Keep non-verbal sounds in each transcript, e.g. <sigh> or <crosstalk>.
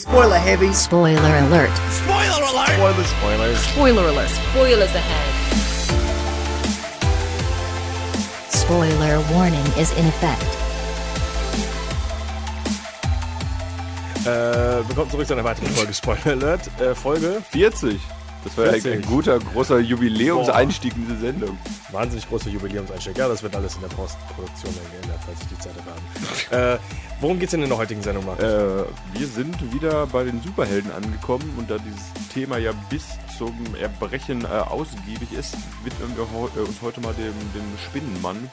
Spoiler heavy. Spoiler alert. Spoiler alert. Spoilers. Spoilers. Spoiler alert. Spoilers ahead. Spoiler warning is in effect. Äh, willkommen zurück zu einer weiteren Folge Spoiler Alert. Äh, Folge 40. Das war ja echt 40. ein guter, großer Jubiläumseinstieg in diese Sendung. wahnsinnig großer Jubiläumseinstieg. Ja, das wird alles in der Postproduktion dann geändert, falls ich die Zeit habe. Äh, worum geht's denn in der heutigen Sendung, Markus? Äh, wir sind wieder bei den Superhelden angekommen und da dieses Thema ja bis zum Erbrechen äh, ausgiebig ist, widmen wir heu- äh, uns heute mal dem, dem Spinnenmann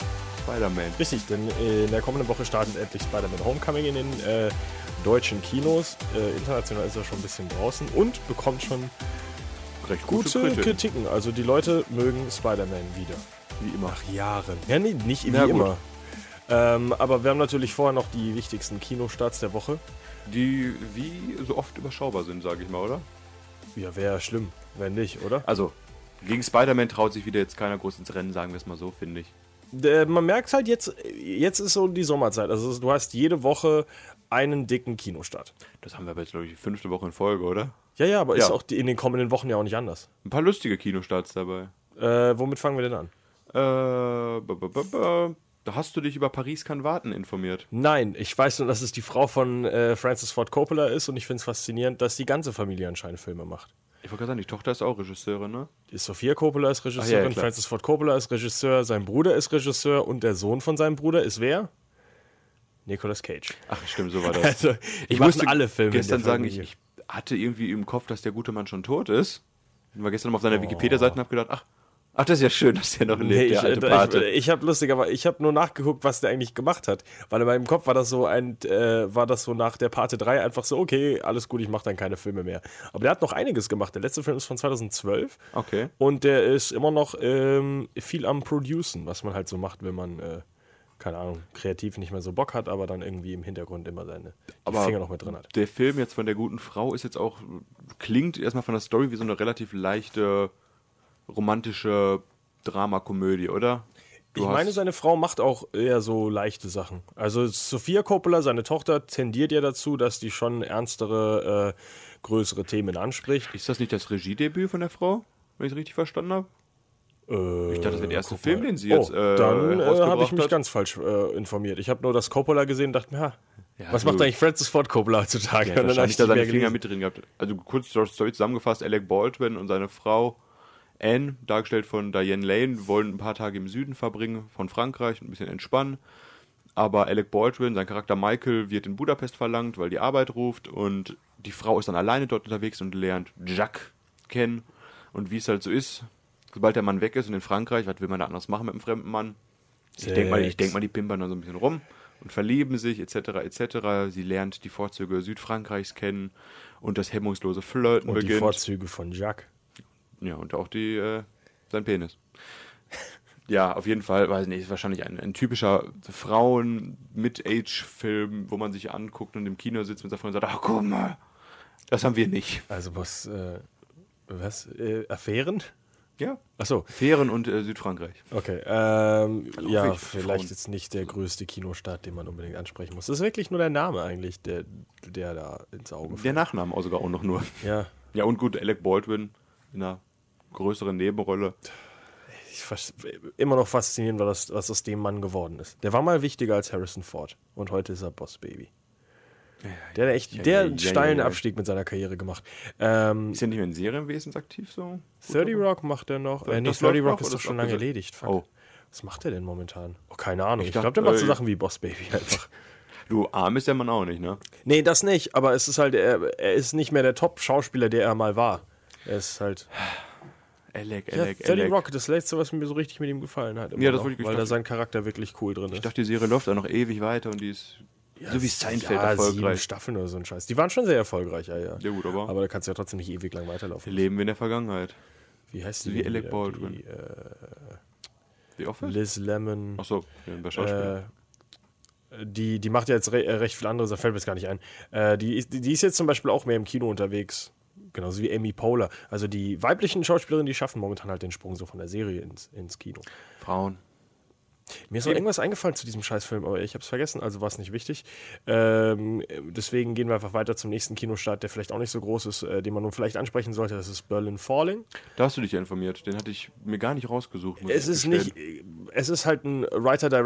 Spider-Man. Richtig, denn in der kommenden Woche startet endlich Spider-Man Homecoming in den äh, deutschen Kinos. Äh, international ist er schon ein bisschen draußen und bekommt schon Recht gute Kritiken, Kritiken. Also die Leute mögen Spider-Man wieder. wie immer. Nach Jahren. Ja, nee, nicht wie Na gut. immer. Ähm, aber wir haben natürlich vorher noch die wichtigsten Kinostarts der Woche. Die wie so oft überschaubar sind, sage ich mal, oder? Ja, wäre schlimm, wenn nicht, oder? Also, gegen Spider-Man traut sich wieder jetzt keiner groß ins Rennen, sagen wir es mal so, finde ich. Äh, man merkt halt jetzt, jetzt ist so die Sommerzeit. Also du hast jede Woche einen dicken Kinostart. Das haben wir aber jetzt, glaube ich, die fünfte Woche in Folge, oder? Ja, ja, aber ist Ja. auch die, in den kommenden Wochen ja auch nicht anders. Ein paar lustige Kinostarts dabei. Äh, womit fangen wir denn an? Äh, ba, ba, ba, ba. da hast du dich über Paris kann warten informiert. Nein, ich weiß nur, dass es die Frau von äh, Francis Ford Coppola ist und ich finde es faszinierend, dass die ganze Familie anscheinend Filme macht. Ich wollte gerade sagen, die Tochter ist auch Regisseurin, ne? Die Sophia Coppola ist Ach ja, Regisseurin, ja, klar. Francis Ford Coppola ist Regisseur, sein Bruder ist Regisseur und der Sohn von seinem Bruder ist wer? Nicolas Cage. Ach, stimmt, so war das. <laughs> Also, die machen alle Filme in der gestern sagen, ich, Familie. ich hatte irgendwie im Kopf, dass der gute Mann schon tot ist. Ich war gestern mal auf seiner Wikipedia-Seite und habe gedacht, ach, ach, das ist ja schön, dass der noch lebt, Oh. Nee, ich, der alte äh, Pate. ich, ich habe lustiger, aber ich habe nur nachgeguckt, was der eigentlich gemacht hat, weil in meinem Kopf war das so ein, äh, war das so nach der Pate 3 einfach so, okay, alles gut, ich mache dann keine Filme mehr. Aber der hat noch einiges gemacht. Der letzte Film ist von 2012 okay. und der ist immer noch ähm, viel am Producen, was man halt so macht, wenn man äh, keine Ahnung kreativ nicht mehr so Bock hat, aber dann irgendwie im Hintergrund immer seine die Aber Finger noch mit drin halt. hat. Der Film jetzt von der guten Frau ist jetzt auch, klingt erstmal von der Story wie so eine relativ leichte, romantische Dramakomödie, oder? Du Ich hast- meine, seine Frau macht auch eher so leichte Sachen. Also Sophia Coppola, seine Tochter, tendiert ja dazu, dass die schon ernstere, äh, größere Themen anspricht. Ist das nicht das Regiedebüt von der Frau, wenn ich es richtig verstanden habe? Äh, Ich dachte, das wäre der erste guck Film, mal. den sie jetzt Oh, äh, dann äh, habe ich rausgebracht mich hat. ganz falsch äh, informiert. Ich habe nur das Coppola gesehen und dachte mir, ha, was du- macht eigentlich Francis Ford Coppola heutzutage? ja, Und dann hab ich wahrscheinlich da nicht seine mehr Finger gelesen. mit drin gehabt. Also kurz zur Story zusammengefasst, Alec Baldwin und seine Frau Anne, dargestellt von Diane Lane, wollen ein paar Tage im Süden verbringen von Frankreich, ein bisschen entspannen. Aber Alec Baldwin, sein Charakter Michael, wird in Budapest verlangt, weil die Arbeit ruft und die Frau ist dann alleine dort unterwegs und lernt Jack kennen. Und wie es halt so ist, sobald der Mann weg ist und in Frankreich, was will man da anderes machen mit einem fremden Mann? Ich denke mal, ich Sex. denk mal, die pimpern da so ein bisschen rum und verlieben sich etc. etc. Sie lernt die Vorzüge Südfrankreichs kennen und das hemmungslose Flirten Und die beginnt. Vorzüge von Jacques. ja, und auch die äh, sein Penis. <laughs> Ja, auf jeden Fall, weiß nicht, ist wahrscheinlich ein, ein typischer Frauen-Mid-Age-Film, wo man sich anguckt und im Kino sitzt mit seiner Freundin und sagt, ach guck mal, das haben wir nicht. Also was, äh, was, äh, Affären? Ja, Achso, Fähren und äh, Südfrankreich. Okay, ähm, ja, ich- vielleicht Frauen. jetzt nicht der größte Kinostart, den man unbedingt ansprechen muss. Das ist wirklich nur der Name eigentlich, der, der da ins Auge fällt. Der Nachname auch sogar auch noch nur. Ja, Ja, und gut, Alec Baldwin in einer größeren Nebenrolle. ich fas- immer noch faszinierend, war das, was aus dem Mann geworden ist. Der war mal wichtiger als Harrison Ford und heute ist er Boss Baby. Der hat echt, ja, der ja, einen ja, steilen ja. Abstieg mit seiner Karriere gemacht. Ähm, Ist er nicht mehr in Serienwesen aktiv so? 30 Rock macht er noch. Äh, nee, das 30 läuft Rock noch ist doch oder schon ist das lange abgesagt? erledigt. Fuck. Oh. Was macht der denn momentan? Oh, keine Ahnung. Ich, glaube, der dachte, macht so äh, Sachen wie Boss Baby <laughs> einfach. Du, arm ist der Mann auch nicht, ne? Nee, das nicht, aber es ist halt, er, er ist nicht mehr der Top-Schauspieler, der er mal war. Er ist halt. Alec, Ja, Alec, 30 Alec. Rock, das letzte, was mir so richtig mit ihm gefallen hat. immer Ja, das noch, wollte ich Weil gleich da sagen. sein Charakter wirklich cool drin ist. Ich dachte, die Serie läuft auch noch ewig weiter und die ist so wie Seinfeld ja, sieben erfolgreich. Staffeln oder so ein Scheiß. Die waren schon sehr erfolgreich, ja, ja. Ja, gut, aber- Aber da kannst du ja trotzdem nicht ewig lang weiterlaufen. Leben wir in der Vergangenheit. Wie heißt die? wie denn Alec wieder? Baldwin. Die, äh, The Office? Liz Lemon. Achso, ja, bei Schauspielern. äh, die, die macht ja jetzt re äh, recht viel anderes, da fällt mir jetzt gar nicht ein. Äh, die, ist- die ist jetzt zum Beispiel auch mehr im Kino unterwegs. Genauso wie Amy Poehler. Also die weiblichen Schauspielerinnen, die schaffen momentan halt den Sprung so von der Serie ins, ins Kino. Frauen. Mir ist noch irgendwas eingefallen zu diesem Scheißfilm, aber ich habe es vergessen, also war es nicht wichtig. Ähm, deswegen gehen wir einfach weiter zum nächsten Kinostart, der vielleicht auch nicht so groß ist, äh, den man nun vielleicht ansprechen sollte. Das ist Berlin Falling. Da hast du dich ja informiert. Den hatte ich mir gar nicht rausgesucht. muss Es ich ist gestehen. nicht, äh, es ist halt ein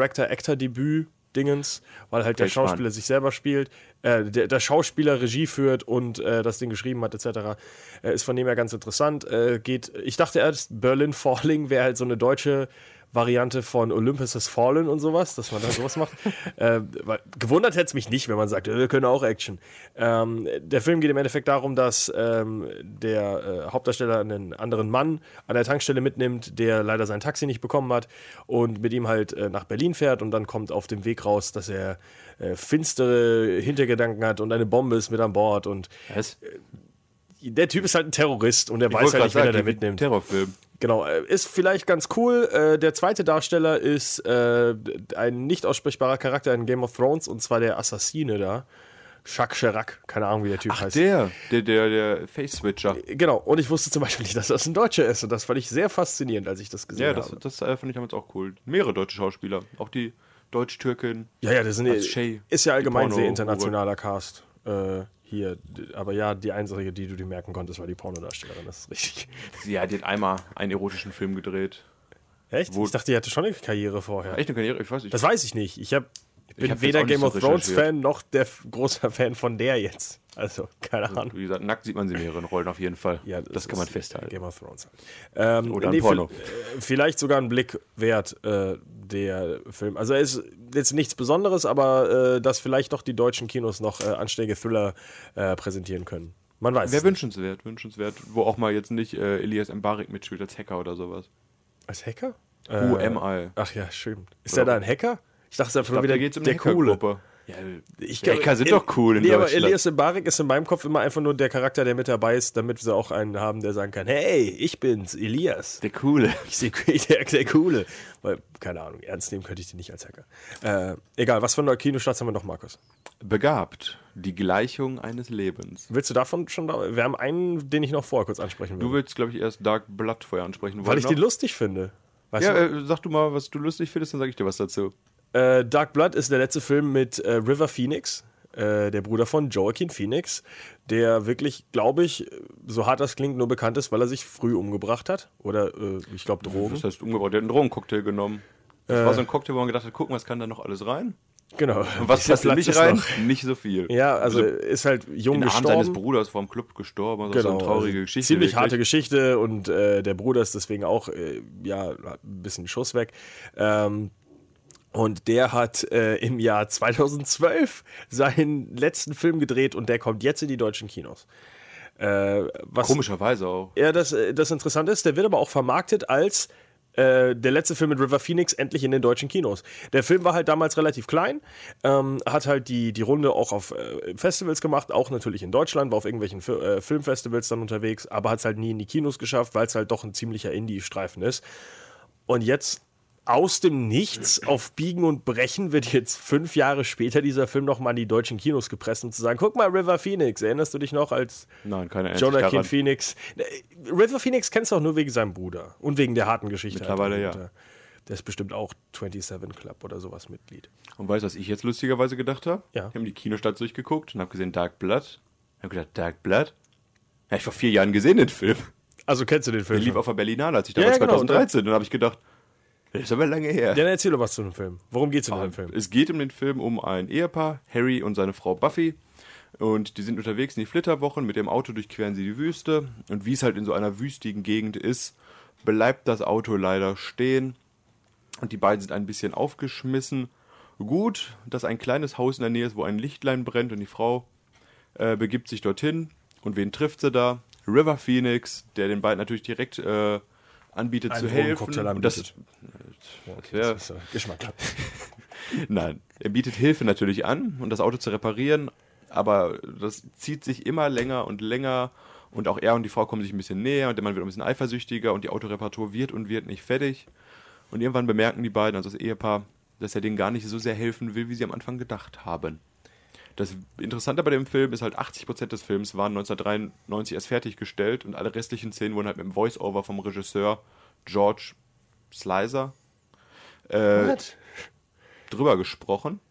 Writer-Director-Actor-Debüt. Dingens, weil halt der Geld sparen. Schauspieler sich selber spielt, äh, der, der Schauspieler Regie führt und äh, das Ding geschrieben hat, etc. Äh, ist von dem her ganz interessant. Äh, geht, ich dachte erst, Berlin Falling wäre halt so eine deutsche Variante von Olympus has Fallen und sowas, dass man da sowas <laughs> macht. äh, weil, gewundert hätte es mich nicht, wenn man sagt, äh, wir können auch Action. Ähm, der Film geht im Endeffekt darum, dass ähm, der äh, Hauptdarsteller einen anderen Mann an der Tankstelle mitnimmt, der leider sein Taxi nicht bekommen hat und mit ihm halt äh, nach Berlin fährt und dann kommt auf dem Weg raus, dass er äh, finstere Hintergedanken hat und eine Bombe ist mit an Bord und Was? der Typ ist halt ein Terrorist und er Ich weiß wollte halt gerade nicht, wen er sagen, da wie- wie mitnimmt. Terrorfilm. Genau, äh, ist vielleicht ganz cool. Äh, Der zweite Darsteller ist äh, ein nicht aussprechbarer Charakter in Game of Thrones und zwar der Assassine da. Jacques Chirac, keine Ahnung, wie der Typ Ach, heißt. der, der, der, der Face-Switcher. Genau, und ich wusste zum Beispiel nicht, dass das ein Deutscher ist und das fand ich sehr faszinierend, als ich das gesehen Ja, das, habe. das äh, fand ich damals auch cool. Mehrere deutsche Schauspieler, auch die Deutsch-Türkin. Ja, ja, das sind, Als Shay, ist ja allgemein die sehr Porno- internationaler Cast äh, hier. D- Aber ja, die einzige, die du dir merken konntest, war die Pornodarstellerin, das ist richtig. <laughs> Ja, die hat einmal einen erotischen Film gedreht. Echt? Wo- ich dachte, die hatte schon eine Karriere vorher. Echt eine Karriere? Ich weiß nicht. Das weiß ich nicht. Ich, hab, ich bin hab jetzt weder auch nicht Game so of Thrones recherchiert. Fan noch der f- großer Fan von der jetzt. Also, keine Ahnung. Wie gesagt, nackt sieht man sie in mehreren Rollen auf jeden Fall. Ja, das, kann man ist festhalten. Game of Thrones halt. Ähm, Oder ein Porno. vi- äh, Vielleicht sogar ein Blick wert, äh, der Film. Also, er ist jetzt nichts Besonderes, aber äh, dass vielleicht doch die deutschen Kinos noch äh, anständige Thriller äh, präsentieren können. Man weiß. Wäre es nicht. wünschenswert, wünschenswert, wo auch mal jetzt nicht äh, Elias Mbarek mitspielt als Hacker oder sowas. Als Hacker? Äh, Who am I? Ach ja, stimmt. Ist Oder- er da ein Hacker? Ich dachte, es ist Ich einfach glaub, wieder da geht's um der eine Coole. Hackergruppe. Ja, Ich Hacker glaub, sind El- doch cool in nee, aber Deutschland. Elias Mbarek ist in meinem Kopf immer einfach nur der Charakter, der mit dabei ist, damit sie auch einen haben, der sagen kann, hey, ich bin's, Elias. der Coole. <laughs> Ich sehe der, der Coole. Weil, keine Ahnung, ernst nehmen könnte ich den nicht als Hacker. Äh, egal, was für eine Kinostarts haben wir noch, Markus? Begabt. Die Gleichung eines Lebens. Willst du davon schon da? Wir haben einen, den ich noch vorher kurz ansprechen will. Du willst, glaube ich, erst Dark Blood vorher ansprechen wollen. weil ich den noch? lustig finde. Weißt Ja, du? äh, sag du mal, was du lustig findest, dann sage ich dir was dazu. Äh, Dark Blood ist der letzte Film mit äh, River Phoenix, äh, der Bruder von Joaquin Phoenix, der wirklich, glaube ich, so hart das klingt, nur bekannt ist, weil er sich früh umgebracht hat. Oder äh, ich glaube Drogen. Das heißt, umgebaut. Der hat einen Drogencocktail genommen. Das Äh. war so ein Cocktail, wo man gedacht hat, gucken, was kann da noch alles rein? Genau. Und was Bisschen passt da Platz nicht ist rein? noch. Nicht so viel. Ja, also in ist halt jung den Armen seines gestorben. Bruders vor dem Club gestorben. Also so eine traurige also Geschichte. Ziemlich wirklich. harte Geschichte und äh, der Bruder ist deswegen auch äh, ja, ein bisschen Schuss weg. Ähm, und der hat äh, im Jahr 2012 seinen letzten Film gedreht und der kommt jetzt in die deutschen Kinos. Äh, was Komischerweise auch. ja, das, äh, das Interessante ist, der wird aber auch vermarktet als äh, der letzte Film mit River Phoenix endlich in den deutschen Kinos. Der Film war halt damals relativ klein, ähm, hat halt die, die Runde auch auf äh, Festivals gemacht, auch natürlich in Deutschland, war auf irgendwelchen Fi äh, Filmfestivals dann unterwegs, aber hat es halt nie in die Kinos geschafft, weil es halt doch ein ziemlicher Indie-Streifen ist. Und jetzt aus dem Nichts auf Biegen und Brechen wird jetzt fünf Jahre später dieser Film nochmal in die deutschen Kinos gepresst, um zu sagen, guck mal, River Phoenix, erinnerst du dich noch als Nein, keine Erinnerung sich Jonathan daran. Phoenix. Äh, River Phoenix kennst du auch nur wegen seinem Bruder und wegen der harten Geschichte. Mittlerweile, halt. ja. Und, äh, Der ist bestimmt auch 27 Club oder sowas Mitglied. Und weißt du, was ich jetzt lustigerweise gedacht habe? Ja. Ich habe die Kinostadt durchgeguckt und habe gesehen Dark Blood. Ich habe gedacht, Dark Blood? Habe ich vor vier Jahren gesehen, den Film. Also kennst du den Film? Der lief schon? auf der Berlinale, als ich Ja, damals ja, genau. 2013. Und dann habe ich gedacht, das ist aber lange her. ja, dann erzähl doch was zu dem Film. Worum geht's in dem Film? Es geht um den Film um ein Ehepaar, Harry und seine Frau Buffy. Und die sind unterwegs in die Flitterwochen. Mit dem Auto durchqueren sie die Wüste. Und wie es halt in so einer wüstigen Gegend ist, bleibt das Auto leider stehen. Und die beiden sind ein bisschen aufgeschmissen. Gut, dass ein kleines Haus in der Nähe ist, wo ein Lichtlein brennt. Und die Frau äh, begibt sich dorthin. Und wen trifft sie da? River Phoenix, der den beiden natürlich direkt äh, anbietet zu helfen. Cocktail Und das, anbietet. okay, das ist, äh, Geschmack. Nein, er bietet Hilfe natürlich an, um das Auto zu reparieren, aber das zieht sich immer länger und länger und auch er und die Frau kommen sich ein bisschen näher und der Mann wird ein bisschen eifersüchtiger und die Autoreparatur wird und wird nicht fertig. Und irgendwann bemerken die beiden, also das Ehepaar, dass er denen gar nicht so sehr helfen will, wie sie am Anfang gedacht haben. Das Interessante bei dem Film ist halt, 80% des Films waren 1993 erst fertiggestellt und alle restlichen Szenen wurden halt mit dem Voice-Over vom Regisseur George Slicer äh, What? drüber gesprochen.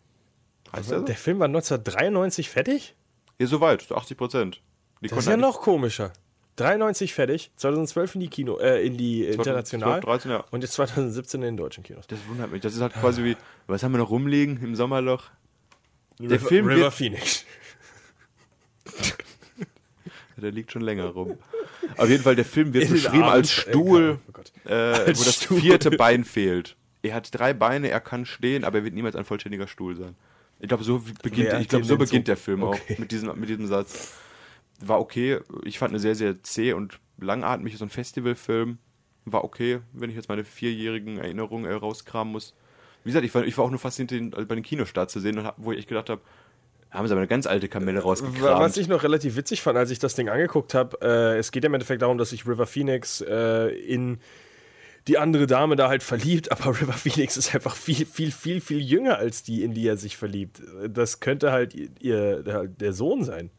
Heißt der so? Der Film war 1993 fertig? Ja, soweit, so 80 Prozent. Die halt Das ist ja noch komischer. 93 fertig, 2012 in die Kino, äh, in die international 12, 13, ja. und jetzt 2017 in den deutschen Kinos. Das wundert mich. Das ist halt quasi wie, was haben wir noch rumliegen im Sommerloch? Der Film River wird, Phoenix. der liegt schon länger rum. Auf jeden Fall, der Film wird In den beschrieben Abend- als Stuhl, Oh Gott. äh, wo das Stuhl. vierte Bein fehlt. Er hat drei Beine, er kann stehen, aber er wird niemals ein vollständiger Stuhl sein. Ich glaube, so beginnt, Wer hat ich glaub, dem so denn so- beginnt der Film Okay. auch mit diesem, mit diesem Satz. War okay. Ich fand eine sehr, sehr zäh und langatmig, so ein Festivalfilm. War okay, wenn ich jetzt meine vierjährigen Erinnerungen äh, rauskramen muss. Wie gesagt, ich war, ich war auch nur fast hinter den, also bei den Kinostarts zu sehen, und hab, wo ich echt gedacht habe, haben sie aber eine ganz alte Äh, Kamelle Was rausgekramt. ich noch relativ witzig fand, als ich das Ding angeguckt habe, äh, es geht ja im Endeffekt darum, dass sich River Phoenix äh, in die andere Dame da halt verliebt, <laughs> aber River Phoenix ist einfach viel, viel, viel, viel jünger als die, in die er sich verliebt. Das könnte halt ihr, ihr der, der Sohn sein.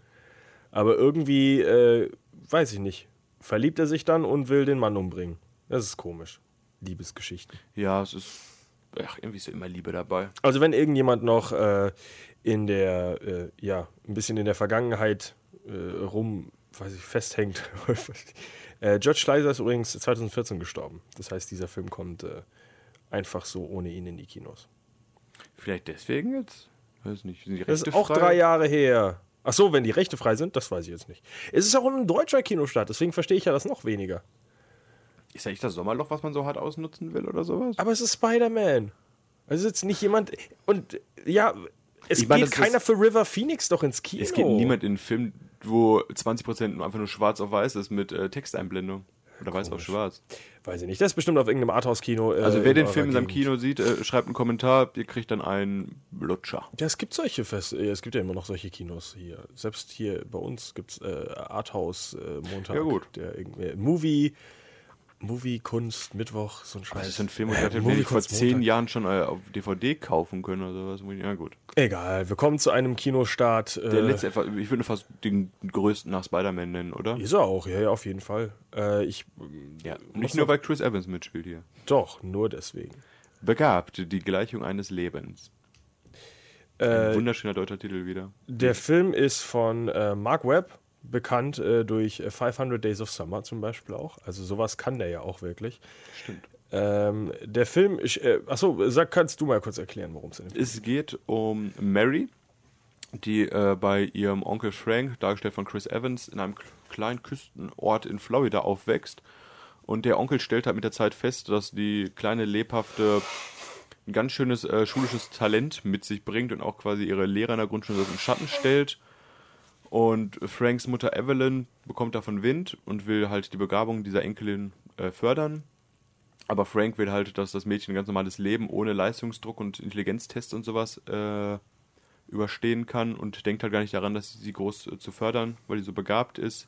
Aber irgendwie, äh, weiß ich nicht, verliebt er sich dann und will den Mann umbringen. Das ist komisch. Liebesgeschichten. Ja, es ist. Ach, irgendwie ist ja immer Liebe dabei. Also wenn irgendjemand noch äh, in der, äh, ja, ein bisschen in der Vergangenheit äh, rum, weiß ich, festhängt. <laughs> äh, George Schleiser ist übrigens 2014 gestorben. Das heißt, dieser Film kommt äh, einfach so ohne ihn in die Kinos. Vielleicht deswegen jetzt? Weiß nicht. Sind die Das ist Rechte auch frei? drei Jahre her. Ach so, wenn die Rechte frei sind, das weiß ich jetzt nicht. Es ist auch ein deutscher Kinostart, deswegen verstehe ich ja das noch weniger. Ist eigentlich das Sommerloch, was man so hart ausnutzen will oder sowas? Aber es ist Spider-Man. Also jetzt nicht jemand. Und ja, es Ich meine, geht das ist- keiner für River Phoenix doch ins Kino. es geht niemand in einen Film, wo 20% nur einfach nur schwarz auf weiß ist mit äh, Texteinblendung. Oder weiß auf schwarz. Weiß ich nicht. Das ist bestimmt auf irgendeinem Arthouse-Kino. äh, Also wer den eurer Film in seinem Gegend. Kino sieht, äh, schreibt einen Kommentar, ihr kriegt dann einen Lutscher. Ja, es gibt solche Fest äh, es gibt ja immer noch solche Kinos hier. Selbst hier bei uns gibt es äh, Arthouse äh, Montag. Ja, gut. Der irgendwie, äh, Movie, Movie, Kunst, Mittwoch, so ein Scheiß. Das ist ein Film, den Movie wir vor Kunst zehn Montag. Jahren schon äh, auf DVD kaufen können oder sowas. Ja gut. Egal, wir kommen zu einem Kinostart. Äh, Der letzte, etwa- ich würde fast den größten nach Spider-Man nennen, oder? Ist er auch, ja, ja, auf jeden Fall. Äh, ich, Ja. muss Nicht nur, noch- weil Chris Evans mitspielt hier. doch, nur deswegen. Begabt, die Gleichung eines Lebens. Ein wunderschöner deutscher Titel wieder. Der Film ist von äh, Mark Webb, bekannt äh, durch äh, 500 Days of Summer zum Beispiel auch. Also sowas kann der ja auch wirklich. Stimmt. Ähm, der Film, ich, äh, achso, sag, kannst du mal kurz erklären, worum es in dem Film Es geht um Mary, die äh, bei ihrem Onkel Frank, dargestellt von Chris Evans, in einem k- kleinen Küstenort in Florida aufwächst. Und der Onkel stellt halt mit der Zeit fest, dass die kleine lebhafte ein ganz schönes äh, schulisches Talent mit sich bringt und auch quasi ihre Lehrer in der Grundschule so im Schatten stellt. Und Franks Mutter Evelyn bekommt davon Wind und will halt die Begabung dieser Enkelin äh, fördern. Aber Frank will halt, dass das Mädchen ein ganz normales Leben ohne Leistungsdruck und Intelligenztests und sowas äh, überstehen kann und denkt halt gar nicht daran, dass sie groß äh, zu fördern, weil sie so begabt ist.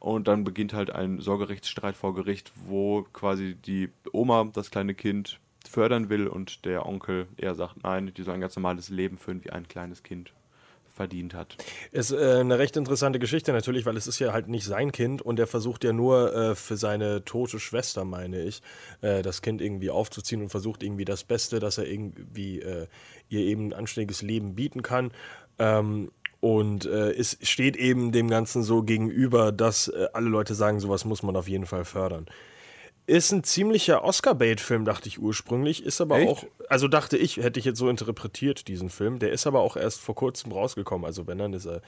Und dann beginnt halt ein Sorgerechtsstreit vor Gericht, wo quasi die Oma das kleine Kind fördern will und der Onkel eher sagt, nein, die soll ein ganz normales Leben führen, wie ein kleines Kind verdient hat. Ist äh, eine recht interessante Geschichte natürlich, weil es ist ja halt nicht sein Kind und er versucht ja nur äh, für seine tote Schwester, meine ich, äh, das Kind irgendwie aufzuziehen und versucht irgendwie das Beste, dass er irgendwie äh, ihr eben ein anständiges Leben bieten kann. Ähm, und äh, es steht eben dem Ganzen so gegenüber, dass äh, alle Leute sagen, sowas muss man auf jeden Fall fördern. Ist ein ziemlicher Oscar-Bait-Film, dachte ich ursprünglich, ist aber Echt? auch, also dachte ich, hätte ich jetzt so interpretiert, diesen Film. Der ist aber auch erst vor kurzem rausgekommen. Also wenn, dann ist er,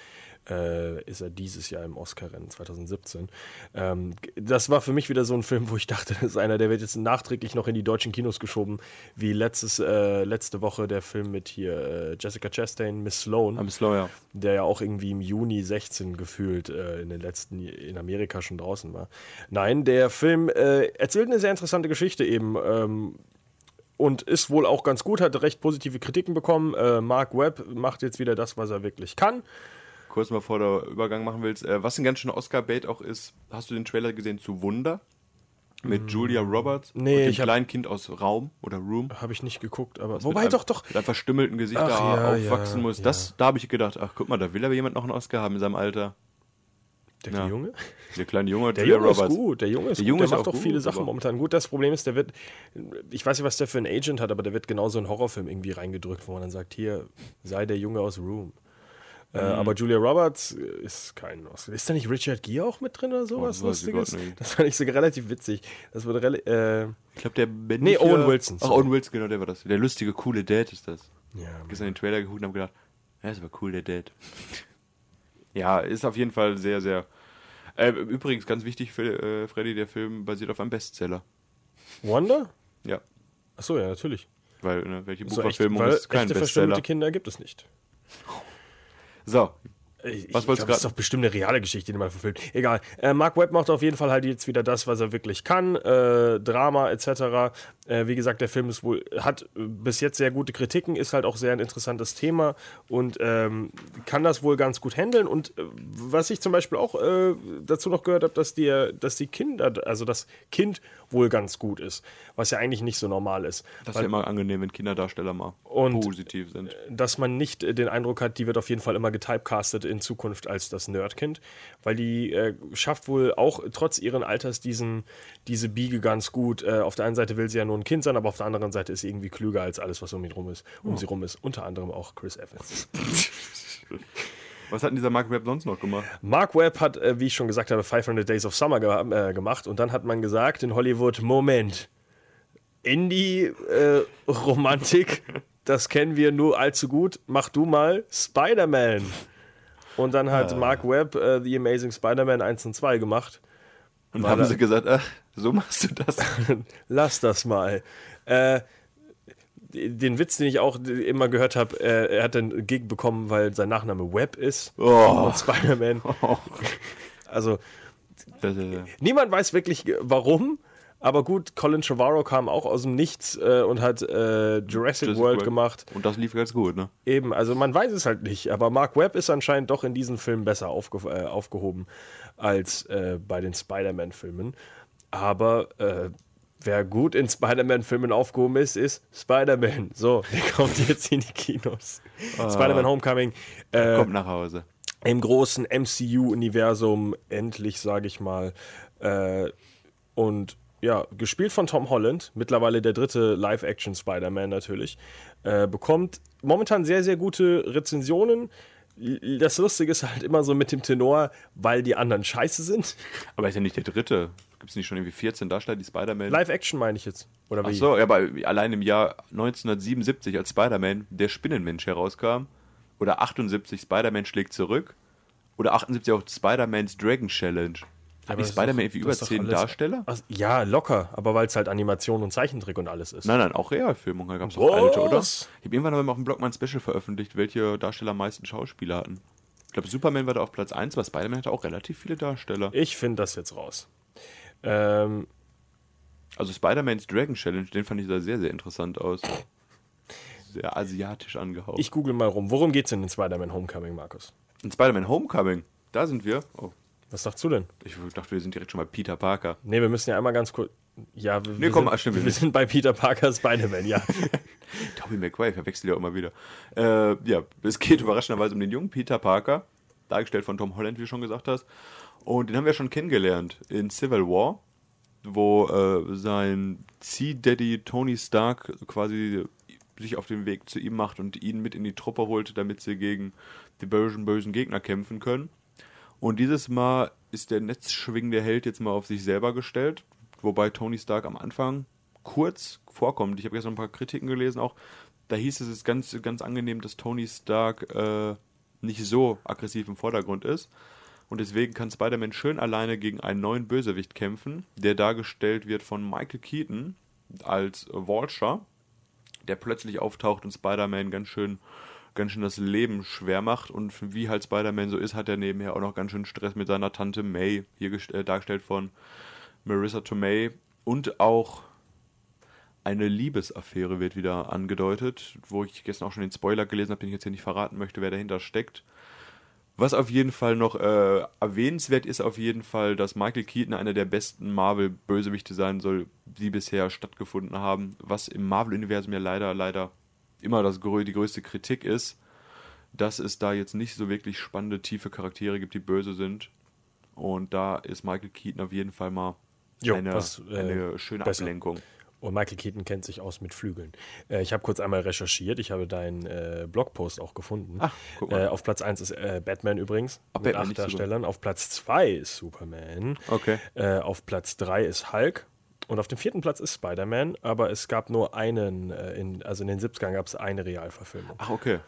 äh, ist er dieses Jahr im Oscar-Rennen 2017. Ähm, das war für mich wieder so ein Film, wo ich dachte, <laughs> das ist einer, der wird jetzt nachträglich noch in die deutschen Kinos geschoben, wie letztes, äh, letzte Woche der Film mit hier äh, Jessica Chastain, Miss Sloan Am Slower. der ja auch irgendwie im Juni 16 gefühlt äh, in den letzten in Amerika schon draußen war. Nein, der Film äh, erzählt eine sehr interessante Geschichte eben ähm, und ist wohl auch ganz gut, hat recht positive Kritiken bekommen. Äh, Mark Webb macht jetzt wieder das, was er wirklich kann. Kurz mal vor der Übergang machen willst, äh, was ein ganz schöner Oscar-Bait auch ist, hast du den Trailer gesehen zu Wunder? Mit Julia Roberts Hm. Nee, und dem ich hab- kleinen Kind aus Raum oder Room. Habe ich nicht geguckt, aber Mit wobei einem- doch doch Mit einem verstümmelten Gesicht Ach, da ja, aufwachsen ja, muss. ja. Das, da habe ich gedacht, ach guck mal, da will aber jemand noch einen Oscar haben in seinem Alter. Der Ja. Junge? Der kleine Junge, Der Julia Junge ist Roberts. gut, der Junge ist Der gut. Junge der ist macht auch auch viele gut, Sachen aber- momentan gut. Das Problem ist, der wird, ich weiß nicht, was der für einen Agent hat, aber der wird genauso in Horrorfilm irgendwie reingedrückt, wo man dann sagt, hier, sei der Junge aus Room. Äh, Mhm. aber Julia Roberts ist kein Oscar. Ist da nicht Richard Gere auch mit drin oder sowas Oh, weiß ich Lustiges? Gott nicht. Das fand ich sogar relativ witzig. Das wurde rela- äh, Ich glaube, der männliche... Nee, Owen Wilson, Ach, sorry. Owen Wilson, genau, der war das. Der lustige, coole Dad ist das. ja, gestern den Trailer geguckt und habe gedacht, ja, ist aber cool, der Dad. <laughs> ja, ist auf jeden Fall sehr, sehr. Äh, übrigens, ganz wichtig für äh, Freddy, der Film basiert auf einem Bestseller. Wanda? Ja. Achso, ja, natürlich. Weil, ne, welche So echt, Buchverfilmung weil ist kein echte verstümmelte Bestseller? Kinder gibt es nicht. So, Ich, Was ich wolltest du glaub, das ist grad- doch bestimmt eine reale Geschichte, die man verfilmt. Egal. Äh, Mark Webb macht auf jeden Fall halt jetzt wieder das, was er wirklich kann. Äh, Drama etc. Äh, wie gesagt, der Film ist wohl, hat äh, bis jetzt sehr gute Kritiken, ist halt auch sehr ein interessantes Thema und ähm, kann das wohl ganz gut handeln. Und äh, was ich zum Beispiel auch äh, dazu noch gehört habe, dass, die- dass die Kinder, also das Kind wohl ganz gut ist, was ja eigentlich nicht so normal ist. das ist ja immer angenehm, wenn Kinderdarsteller mal Und- positiv sind. dass man nicht äh, den Eindruck hat, die wird auf jeden Fall immer getypecastet in Zukunft als das Nerdkind, weil die äh, schafft wohl auch trotz ihren Alters diesen, diese Biege ganz gut. Äh, auf der einen Seite will sie ja nur ein Kind sein, aber auf der anderen Seite ist sie irgendwie klüger als alles, was um, ihn rum ist, um sie rum ist. Unter anderem auch Chris Evans. <laughs> Was hat denn dieser Mark Webb sonst noch gemacht? Mark Webb hat, äh, wie ich schon gesagt habe, 500 Days of Summer ge äh, gemacht und dann hat man gesagt in Hollywood, Moment, Indie-Romantik, das kennen wir nur allzu gut, mach du mal Spider-Man. Und dann hat Mark Webb äh, The Amazing Spider-Man 1 und 2 gemacht. Und Weil haben er- sie gesagt, ach, so machst du das. Lass das mal. Äh, den Witz, den ich auch immer gehört habe, äh, er hat einen Gig bekommen, weil sein Nachname Webb ist. Oh. Und Spider-Man. <laughs> Also, das äh, Niemand weiß wirklich äh, warum, aber gut, Colin Trevorrow kam auch aus dem Nichts äh, und hat äh, Jurassic, Jurassic World gemacht. Und das lief ganz gut, ne? Eben, also man weiß es halt nicht, aber Mark Webb ist anscheinend doch in diesen Filmen besser aufge äh, aufgehoben als äh, bei den Spider-Man-Filmen. Aber äh, wer gut in Spider-Man-Filmen aufgehoben ist, ist Spider-Man. So, <laughs> der kommt jetzt in die Kinos. Spider-Man Homecoming. Äh, Kommt nach Hause. im großen MCU-Universum endlich, sage ich mal. Äh, und ja, gespielt von Tom Holland, mittlerweile der dritte Live-Action Spider-Man natürlich, äh, bekommt momentan sehr, sehr gute Rezensionen. L- Das Lustige ist halt immer so mit dem Tenor, weil die anderen scheiße <laughs> sind. Aber ist ja nicht der dritte. Gibt es nicht schon irgendwie 14 Darsteller, die Spider-Man Live-Action meine ich jetzt. Oder Ach wie? so, ja, aber allein im Jahr 1977, als Spider-Man der Spinnenmensch herauskam, oder 78 Spider-Man schlägt zurück, oder 78 auch Spider-Mans Dragon Challenge. Hat Aber nicht das Spider-Man ist doch- irgendwie über das ist doch 10 alles- Darsteller? Ach, ja, locker, aber weil es halt Animation und Zeichentrick und alles ist. Nein, nein, auch Realfilmung da gab es auch alte, oder? Ich Was? habe irgendwann aber mal auf dem Blog mal ein Special veröffentlicht, welche Darsteller am meisten Schauspieler hatten. Ich glaube, Superman war da auf Platz 1, aber Spider-Man hatte auch relativ viele Darsteller. Ich finde das jetzt raus. Ähm, Also Spider-Mans Dragon Challenge, den fand ich da sehr, sehr interessant aus. Sehr asiatisch angehaucht. ich google mal rum. Worum geht's denn in Spider-Man Homecoming, Markus? In Spider-Man Homecoming, da sind wir. Oh, Was sagst du denn? Ich dachte, wir sind direkt schon bei Peter Parker. <laughs> Nee, wir müssen ja einmal ganz kurz. Ja, wir, wir, komm, sind, ah, stimmt, wir wir sind- sind bei Peter Parker Spider-Man, ja. <laughs> Tobey Maguire, ich verwechsel ja immer wieder. Äh, ja, es geht überraschenderweise um den jungen Peter Parker, dargestellt von Tom Holland, wie du schon gesagt hast. Und den haben wir schon kennengelernt in Civil War, wo äh, sein Zieh-Daddy Tony Stark quasi sich auf den Weg zu ihm macht und ihn mit in die Truppe holte, damit sie gegen die bösen, bösen Gegner kämpfen können. Und dieses Mal ist der netzschwingende Held jetzt mal auf sich selber gestellt, wobei Tony Stark am Anfang kurz vorkommt. Ich habe gestern ein paar Kritiken gelesen auch. Da hieß es, es ist ganz, ganz angenehm, dass Tony Stark äh, nicht so aggressiv im Vordergrund ist. Und deswegen kann Spider-Man schön alleine gegen einen neuen Bösewicht kämpfen, der dargestellt wird von Michael Keaton als Vulture der plötzlich auftaucht und Spider-Man ganz schön, ganz schön das Leben schwer macht. Und wie halt Spider-Man so ist, hat er nebenher auch noch ganz schön Stress mit seiner Tante May, hier gest- äh, dargestellt von Marissa Tomei. Und auch eine Liebesaffäre wird wieder angedeutet, wo ich gestern auch schon den Spoiler gelesen habe, den ich jetzt hier nicht verraten möchte, wer dahinter steckt. Was auf jeden Fall noch äh, erwähnenswert ist, auf jeden Fall, dass Michael Keaton einer der besten Marvel-Bösewichte sein soll, die bisher stattgefunden haben, was im Marvel-Universum ja leider, leider immer das, grö- die größte Kritik ist, dass es da jetzt nicht so wirklich spannende, tiefe Charaktere gibt, die böse sind. Und da ist Michael Keaton auf jeden Fall mal Jo, eine, was, äh, eine schöne besser. Ablenkung. Und Michael Keaton kennt sich aus mit Flügeln. Äh, ich habe kurz einmal recherchiert, ich habe deinen äh, Blogpost auch gefunden. Ach, guck mal. Äh, auf Platz 1 ist äh, Batman übrigens, Ach, mit Batman, acht nicht Superman. Darstellern. Auf Platz 2 ist Superman. Okay. Äh, auf Platz 3 ist Hulk. Und auf dem vierten Platz ist Spider-Man, aber es gab nur einen, äh, in, also in den 70ern gab es eine Realverfilmung. Ach, okay.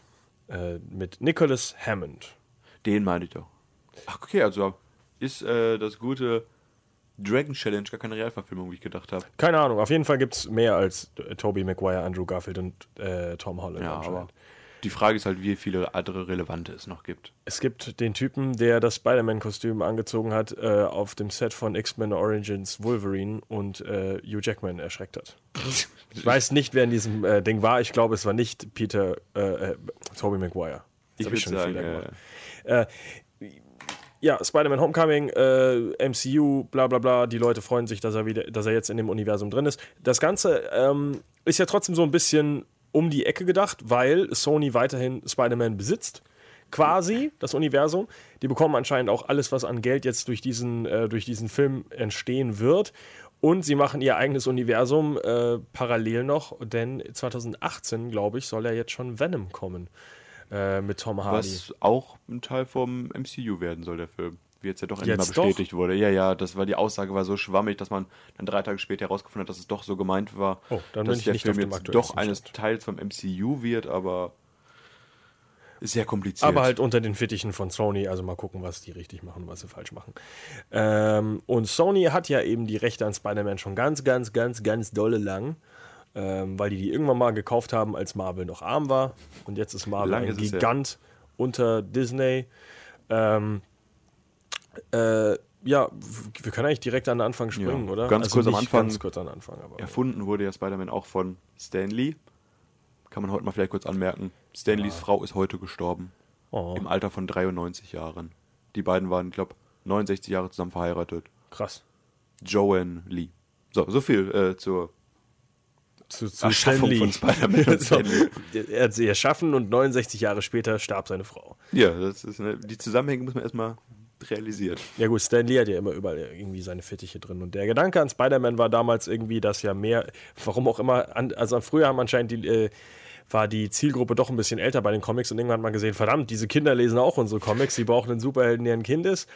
Äh, mit Nicholas Hammond. Den meinte ich doch. Ach, okay, also ist äh, das gute Dragon Challenge gar keine Realverfilmung, wie ich gedacht habe. Keine Ahnung, auf jeden Fall gibt es mehr als äh, Tobey Maguire, Andrew Garfield und äh, Tom Holland. Ja, anscheinend. aber die Frage ist halt, wie viele andere relevante es noch gibt. Es gibt den Typen, der das Spider-Man-Kostüm angezogen hat, äh, auf dem Set von X-Men Origins Wolverine und äh, Hugh Jackman erschreckt <laughs> hat. Ich weiß nicht, wer in diesem äh, Ding war. Ich glaube, es war nicht Peter, äh, äh, Tobey Maguire. Jetzt Ich hab würde einen sagen, Fehler äh, gemacht. ja, Spider-Man Homecoming, äh, MCU, bla bla bla, die Leute freuen sich, dass er wieder, dass er jetzt in dem Universum drin ist. Das Ganze ähm, ist ja trotzdem so ein bisschen um die Ecke gedacht, weil Sony weiterhin Spider-Man besitzt. Quasi das Universum. Die bekommen anscheinend auch alles, was an Geld jetzt durch diesen, äh, durch diesen Film entstehen wird. Und sie machen ihr eigenes Universum äh, parallel noch, denn 2018, glaube ich, soll ja jetzt schon Venom kommen äh, mit Tom Hardy. was auch ein Teil vom MCU werden soll, der Film. Wie jetzt ja doch endlich mal Jetzt doch? bestätigt wurde. Ja, ja, das war die Aussage war so schwammig, dass man dann drei Tage später herausgefunden hat, dass es doch so gemeint war, Oh, dann bin dass ich der nicht auf Film dem jetzt aktuellsten doch eines Stand. Teils vom MCU wird, aber ist sehr kompliziert. Aber halt unter den Fittichen von Sony, also mal gucken, was die richtig machen, was sie falsch machen. Ähm, und Sony hat ja eben die Rechte an Spider-Man schon ganz, ganz, ganz, ganz dolle lang, ähm, weil die die irgendwann mal gekauft haben, als Marvel noch arm war. Und jetzt ist Marvel Lang ein ist es her. Gigant unter Disney. Ähm, äh, ja, w- wir können eigentlich direkt an den Anfang springen, oder? Also ganz kurz am nicht Anfang. Ganz kurz an den Anfang, aber. Erfunden wurde ja Spider-Man auch von Stan Lee. Kann man heute mal vielleicht kurz anmerken. Stan Lees Frau ist heute gestorben. Oh, Im Alter von 93 Jahren. Die beiden waren, ich glaube, 69 Jahre zusammen verheiratet. krass. Joanne Lee. So, so viel äh, zur Zu, zu Erschaffung Stan Lee. von Spider-Man <laughs> und So, Stan Lee. er hat sie erschaffen und 69 Jahre später starb seine Frau. Ja, das ist eine, die Zusammenhänge muss man erstmal realisieren. Ja gut, Stan Lee hat ja immer überall irgendwie seine Fittiche drin. Und der Gedanke an Spider-Man war damals irgendwie, dass ja mehr, warum auch immer, an, also früher haben anscheinend die, äh, war die Zielgruppe doch ein bisschen älter bei den Comics und irgendwann hat man gesehen, verdammt, diese Kinder lesen auch unsere Comics, sie brauchen einen Superhelden, der ein Kind ist.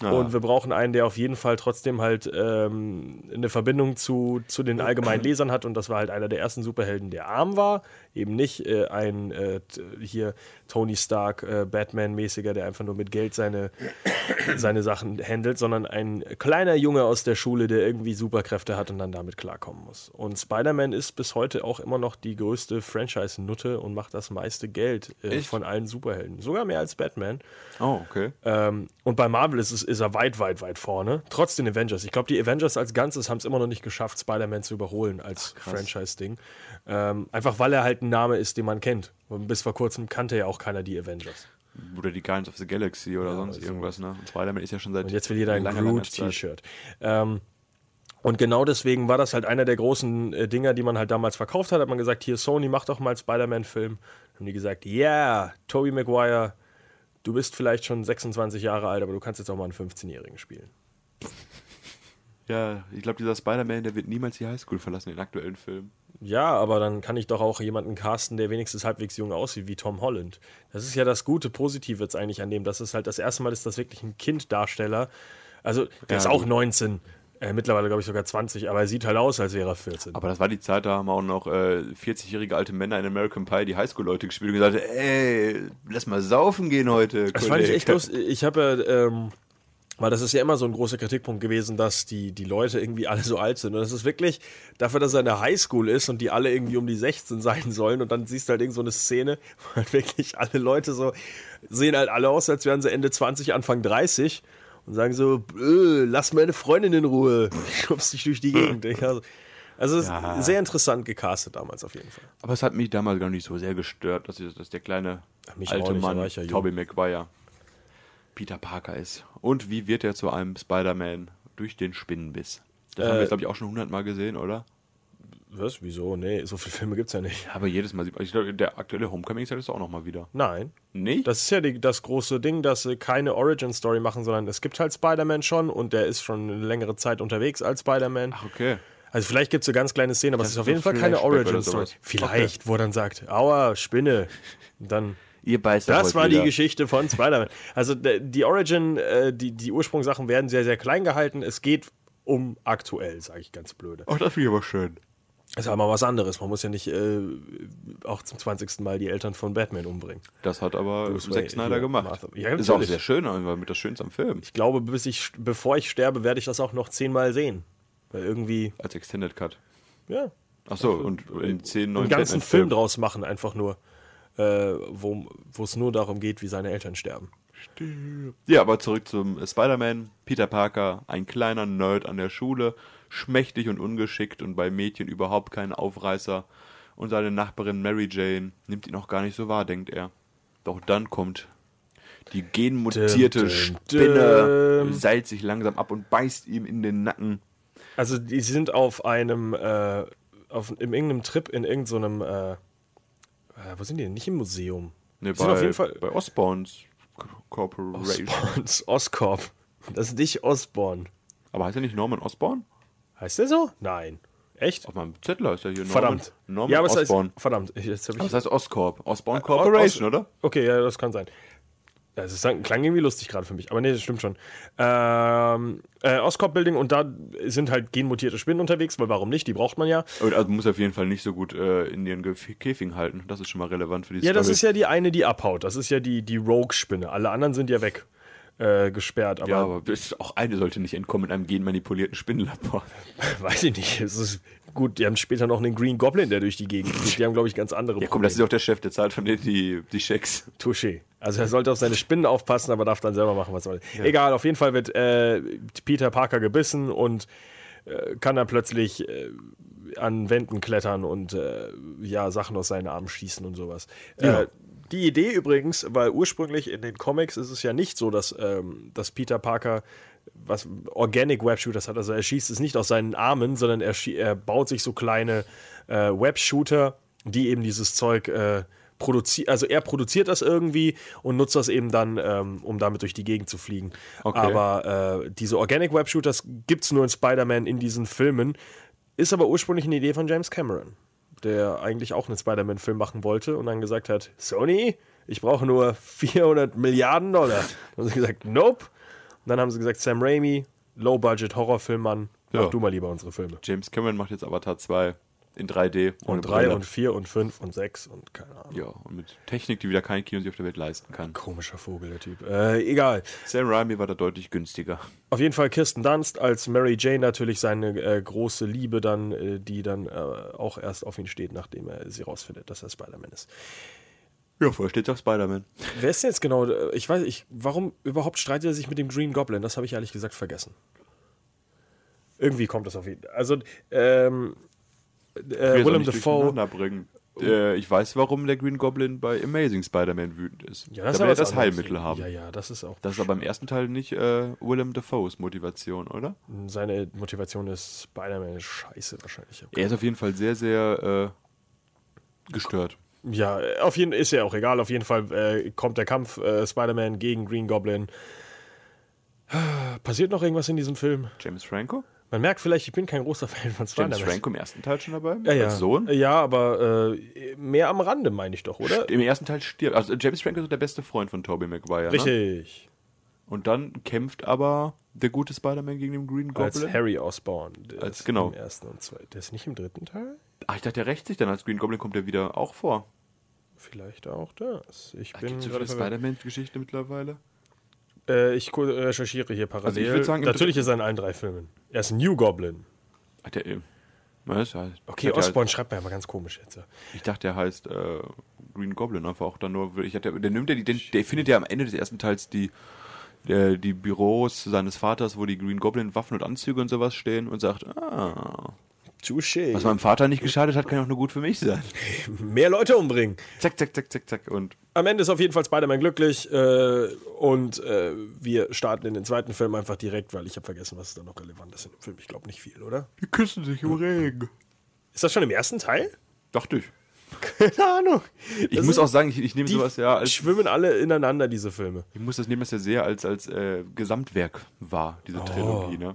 Und wir brauchen einen, der auf jeden Fall trotzdem halt ähm, eine Verbindung zu, zu <clears throat> den allgemeinen Lesern hat. Und das war halt einer der ersten Superhelden, der arm war. Eben nicht äh, ein äh, t- hier Tony Stark, äh, Batman-mäßiger, der einfach nur mit Geld seine, seine Sachen handelt, sondern ein kleiner Junge aus der Schule, der irgendwie Superkräfte hat und dann damit klarkommen muss. Und Spider-Man ist bis heute auch immer noch die größte Franchise-Nutte und macht das meiste Geld äh, Echt? von allen Superhelden. Sogar mehr als Batman. Oh, okay. Ähm, und bei Marvel ist, es, ist er weit, weit, weit vorne. Trotz den Avengers. Ich glaube, die Avengers als Ganzes haben es immer noch nicht geschafft, Spider-Man zu überholen als Franchise-Ding. Ähm, einfach weil er halt ein Name ist, den man kennt. Und bis vor kurzem kannte ja auch keiner die Avengers. Ähm, Oder die Guardians of the Galaxy oder sonst irgendwas, ne? Und Spider-Man ist ja schon seit. also. Und jetzt will jeder ein langer, langer Zeit. Groot-T-Shirt. Ähm, und genau deswegen war das halt einer der großen äh, Dinger, die man halt damals verkauft hat. Hat man gesagt, hier Sony, mach doch mal einen Spider-Man-Film. Haben die gesagt, yeah, Tobey Maguire, du bist vielleicht schon 26 Jahre alt, aber du kannst jetzt auch mal einen 15-Jährigen spielen. Ja, ich glaube, dieser Spider-Man, der wird niemals die Highschool verlassen, den aktuellen Film. Ja, aber dann kann ich doch auch jemanden casten, der wenigstens halbwegs jung aussieht, wie Tom Holland. Das ist ja das gute Positive jetzt eigentlich an dem, dass es halt das erste Mal ist, dass wirklich ein Kinddarsteller, also der Ja, ist auch gut. 19, äh, mittlerweile glaube ich sogar 20, aber er sieht halt aus, als wäre er 14. Aber das war die Zeit, da haben auch noch äh, 40-jährige alte Männer in American Pie die Highschool-Leute gespielt und gesagt, ey, lass mal saufen gehen heute. Das fand ich Kollege." echt lustig. Ich habe, ja, ähm, weil das ist ja immer so ein großer Kritikpunkt gewesen, dass die, die Leute irgendwie alle so alt sind. Und das ist wirklich dafür, dass er in der Highschool ist und die alle irgendwie um die 16 sein sollen. Und dann siehst du halt irgend so eine Szene, wo halt wirklich alle Leute so, sehen halt alle aus, als wären sie Ende 20, Anfang 30. Und sagen so, "Äh, lass meine Freundin in Ruhe. Ich schubst dich durch die <laughs> Gegend. Ja, so. Also es ist sehr interessant gecastet damals auf jeden Fall. Aber es hat mich damals gar nicht so sehr gestört, dass, ich, dass der kleine mich auch alte nicht, da Mann, war ich ja jung. Tobey Maguire, Peter Parker ist. Und wie wird er zu Äh, einem Spider-Man durch den Spinnenbiss? Das haben wir, glaube ich, auch schon hundertmal gesehen, oder? Was? Wieso? Nee, so viele Filme gibt's ja nicht. Aber jedes Mal sieht man, ich glaube, der aktuelle Homecoming ist auch nochmal wieder. Nein. Nicht? Das ist ja die, das große Ding, dass sie keine Origin-Story machen, sondern es gibt halt Spider-Man schon und der ist schon eine längere Zeit unterwegs als Spider-Man. Ach, okay. Also vielleicht gibt es so ganz kleine Szenen, aber es Das ist auf ist jeden ein Fall keine Flashback oder Origin-Story. sowas. Vielleicht, wo er dann sagt, aua, Spinne. Und Dann, Ihr beißt doch das heute war die wieder. Geschichte von Spider-Man. Also der- die Origin, äh, die, die Ursprungssachen werden sehr, sehr klein gehalten. Es geht um aktuell, sage ich ganz blöde. Ach, Oh, das finde ich aber schön. Ist aber mal was anderes. Man muss ja nicht äh, auch zum 20. Mal die Eltern von Batman umbringen. Das hat aber Bruce Wayne, Zack Snyder hier, gemacht. Martha- Ja, ist auch natürlich. sehr schön, aber mit das Schönste am Film. Ich glaube, bis ich, bevor ich sterbe, werde ich das auch noch zehnmal sehen. Weil irgendwie, Als Extended Cut. ja, Achso, und in 10, 9 einen ganzen Film draus machen, einfach nur, äh, wo wo es nur darum geht, wie seine Eltern sterben. Ja, aber zurück zum äh, Spider-Man. Peter Parker, ein kleiner Nerd an der Schule, schmächtig und ungeschickt und bei Mädchen überhaupt kein Aufreißer. Und seine Nachbarin Mary Jane nimmt ihn auch gar nicht so wahr, denkt er. Doch dann kommt die genmutierte Düm, düm, Spinne, düm. seilt sich langsam ab und beißt ihm in den Nacken. Also die sind auf einem, äh, auf, in irgendeinem Trip in irgendeinem, äh, äh, wo sind die denn? Nicht im Museum. Ne, die sind auf jeden Fall bei Osborns Corporation. Osborns, <laughs> Oscorp. Das ist nicht Osborn. Aber heißt er nicht Norman Osborn? Heißt der so? Nein. Echt? Auf meinem Zettel ist er hier Norman, Verdammt. Norman ja, aber es Osborn. heißt, Äh, verdammt, ich- jetzt habe aber ich es heißt Oscorp. Osborn Corporation, Aus- oder? Okay, ja, das kann sein. Das ist, klang irgendwie lustig gerade für mich, aber nee, das stimmt schon. Ähm, äh, Oscorp Building und da sind halt genmutierte Spinnen unterwegs, weil warum nicht? Die braucht man ja. Und also muss auf jeden Fall nicht so gut äh, in ihren Gef- Käfigen halten. Das ist schon mal relevant für die Ja, Story. das ist ja die eine, die abhaut. Das ist ja die, die Rogue-Spinne. Alle anderen sind ja weg. Äh, gesperrt, aber, Ja, aber es- auch eine sollte nicht entkommen in einem genmanipulierten Spinnenlabor. <laughs> weiß ich nicht. Es ist gut, die haben später noch einen Green Goblin, der durch die Gegend fliegt. Die haben, glaube ich, ganz andere Ja, komm, das ist auch der Chef, der zahlt von denen die, die Schecks. Touché. Also er sollte auf seine Spinnen aufpassen, aber darf dann selber machen, was er will. Egal, auf jeden Fall wird äh, Peter Parker gebissen und äh, kann dann plötzlich äh, an Wänden klettern und äh, ja, Sachen aus seinen Armen schießen und sowas. Äh, die Idee übrigens, weil ursprünglich in den Comics ist es ja nicht so, dass, ähm, dass Peter Parker was Organic Webshooters hat. Also er schießt es nicht aus seinen Armen, sondern er, schie- er baut sich so kleine äh, Webshooter, die eben dieses Zeug äh, produzieren. Also er produziert das irgendwie und nutzt das eben dann, ähm, um damit durch die Gegend zu fliegen. Okay. Aber äh, diese Organic Webshooters gibt es nur in Spider-Man in diesen Filmen. Ist aber ursprünglich eine Idee von James Cameron, der eigentlich auch einen Spider-Man-Film machen wollte und dann gesagt hat, Sony, ich brauche nur 400 Milliarden Dollar. Dann haben sie gesagt, nope. Und dann haben sie gesagt, Sam Raimi, Low-Budget Horrorfilmmann, mach Ja. du mal lieber unsere Filme. James Cameron macht jetzt Avatar 2 in 3D. ohne Und drei Brille. und vier und fünf und sechs und keine Ahnung. Ja, und mit Technik, die wieder kein Kino sich auf der Welt leisten kann. Komischer Vogel, der Typ. Äh, egal. Sam Raimi war da deutlich günstiger. Auf jeden Fall Kirsten Dunst als Mary Jane natürlich seine äh, große Liebe dann, äh, die dann äh, auch erst auf ihn steht, nachdem er sie rausfindet, dass er Spider-Man ist. Ja, vorher steht auch Spider-Man. Wer ist denn jetzt genau? äh, Ich weiß, ich, warum überhaupt streitet er sich mit dem Green Goblin? Das habe ich ehrlich gesagt vergessen. Irgendwie kommt das auf jeden Fall. Also, ähm, äh, Wir sollen Willem nicht Dafoe. durcheinander bringen. Äh, ich weiß, warum der Green Goblin bei Amazing Spider-Man wütend ist. ist da aber will er was das anderes. Heilmittel haben. Ja, ja, das ist auch. Das ist aber im ersten Teil nicht äh, Willem Dafoes Motivation, oder? Seine Motivation ist Spider-Man ist scheiße wahrscheinlich. Oh Er ist auf jeden Fall sehr, sehr äh, gestört. Ja, auf jeden ist ja auch egal. Auf jeden Fall äh, kommt der Kampf äh, Spider-Man gegen Green Goblin. Passiert noch irgendwas in diesem Film? James Franco? Man merkt vielleicht, ich bin kein großer Fan von James Spider-Man. Franco im ersten Teil schon dabei? Ja, Äh, ja. Als Sohn? Ja, aber äh, mehr am Rande, meine ich doch, oder? Im ersten Teil stirbt. Also James Franco ist der beste Freund von Tobey Maguire. Ne? Richtig. Und dann kämpft aber der gute Spider-Man gegen den Green Als Goblin. Harry Osborn. Der Als- ist genau. Im ersten und zweiten. Der ist nicht im dritten Teil? Ach, Ah, ich dachte, der rächt sich dann. Als Green Goblin kommt er wieder auch vor. Vielleicht auch das. Ich bin Gibt es so gerade viele verwirrt. Spider-Man-Geschichten mittlerweile? äh, Ich ku- recherchiere hier parallel. Also ich würd sagen, im Natürlich ist er in allen drei Filmen. Er ist ein New Goblin. Ach, der, äh, was? Ja, halt- Okay, ich dachte, Osborn schreibt mir aber ganz komisch jetzt. Ich dachte, der heißt äh, Green Goblin einfach auch dann nur. Ich hatte, der nimmt ja die, den, der findet ja am Ende des ersten Teils die, der, die Büros seines Vaters, wo die Green Goblin Waffen und Anzüge und sowas stehen und sagt, ah, Touché. was meinem Vater nicht geschadet hat, kann ja auch nur gut für mich sein. Mehr Leute umbringen. <laughs> Zack, zack, zack, zack, zack und Am Ende ist auf jeden Fall Spider-Man glücklich äh, und äh, wir starten in den zweiten Film einfach direkt, weil ich habe vergessen, was da noch relevant ist in dem Film. Ich glaube nicht viel, oder? die küssen sich im Regen. Ist das schon im ersten <laughs> Teil? Dachte ich. Keine Ahnung. Ich muss auch sagen, ich, ich nehme die sowas ja als, schwimmen alle ineinander, diese Filme. ich muss das nehmen, das ja sehr als, als äh, Gesamtwerk war, diese Trilogie, ne?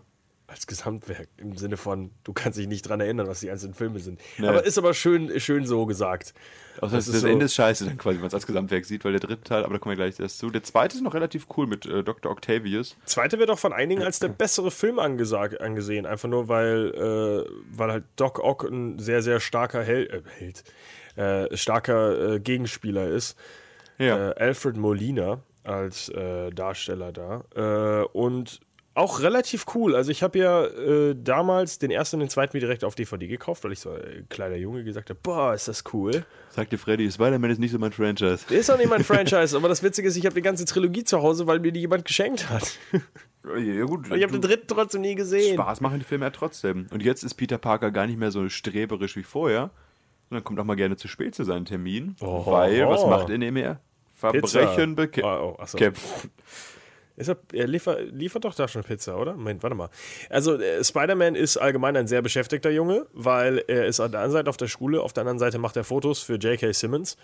Als Gesamtwerk. Im Sinne von, du kannst dich nicht dran erinnern, was die einzelnen Filme sind. Nee. Aber ist aber schön, schön so gesagt. Also das, ist das so- Ende ist scheiße dann quasi, wenn man es als Gesamtwerk sieht, weil der dritte Teil, aber da kommen wir gleich erst zu. Der zweite ist noch relativ cool mit äh, Dr. Octavius. Zweite wird auch von einigen als der bessere Film angesagt, angesehen. Einfach nur, weil, äh, weil halt Doc Ock ein sehr, sehr starker Held, äh, Held äh, starker äh, Gegenspieler ist. Ja. Äh, Alfred Molina als äh, Darsteller da. Äh, und auch relativ cool. Also ich habe ja äh, damals den ersten und den zweiten mir direkt auf DVD gekauft, weil ich so äh, kleiner Junge gesagt habe, boah, ist das cool. Sagte Freddy, Spider-Man ist nicht so mein Franchise. Ist auch nicht <laughs> mein Franchise, aber das Witzige ist, ich habe die ganze Trilogie zu Hause, weil mir die jemand geschenkt hat. Ja, gut. Ich habe den dritten trotzdem nie gesehen. Spaß machen die Filme ja trotzdem. Und jetzt ist Peter Parker gar nicht mehr so streberisch wie vorher, sondern kommt auch mal gerne zu spät zu seinen Terminen. Oh. Weil, was macht er nämlich? Verbrechen Pizza. Oh, oh, ach so. bekämpfen. Ist er, er liefer, liefert doch da schon Pizza, oder? Moment, warte mal. Also, äh, Spider-Man ist allgemein ein sehr beschäftigter Junge, weil er ist an der einen Seite auf der Schule, auf der anderen Seite macht er Fotos für J.K. Simmons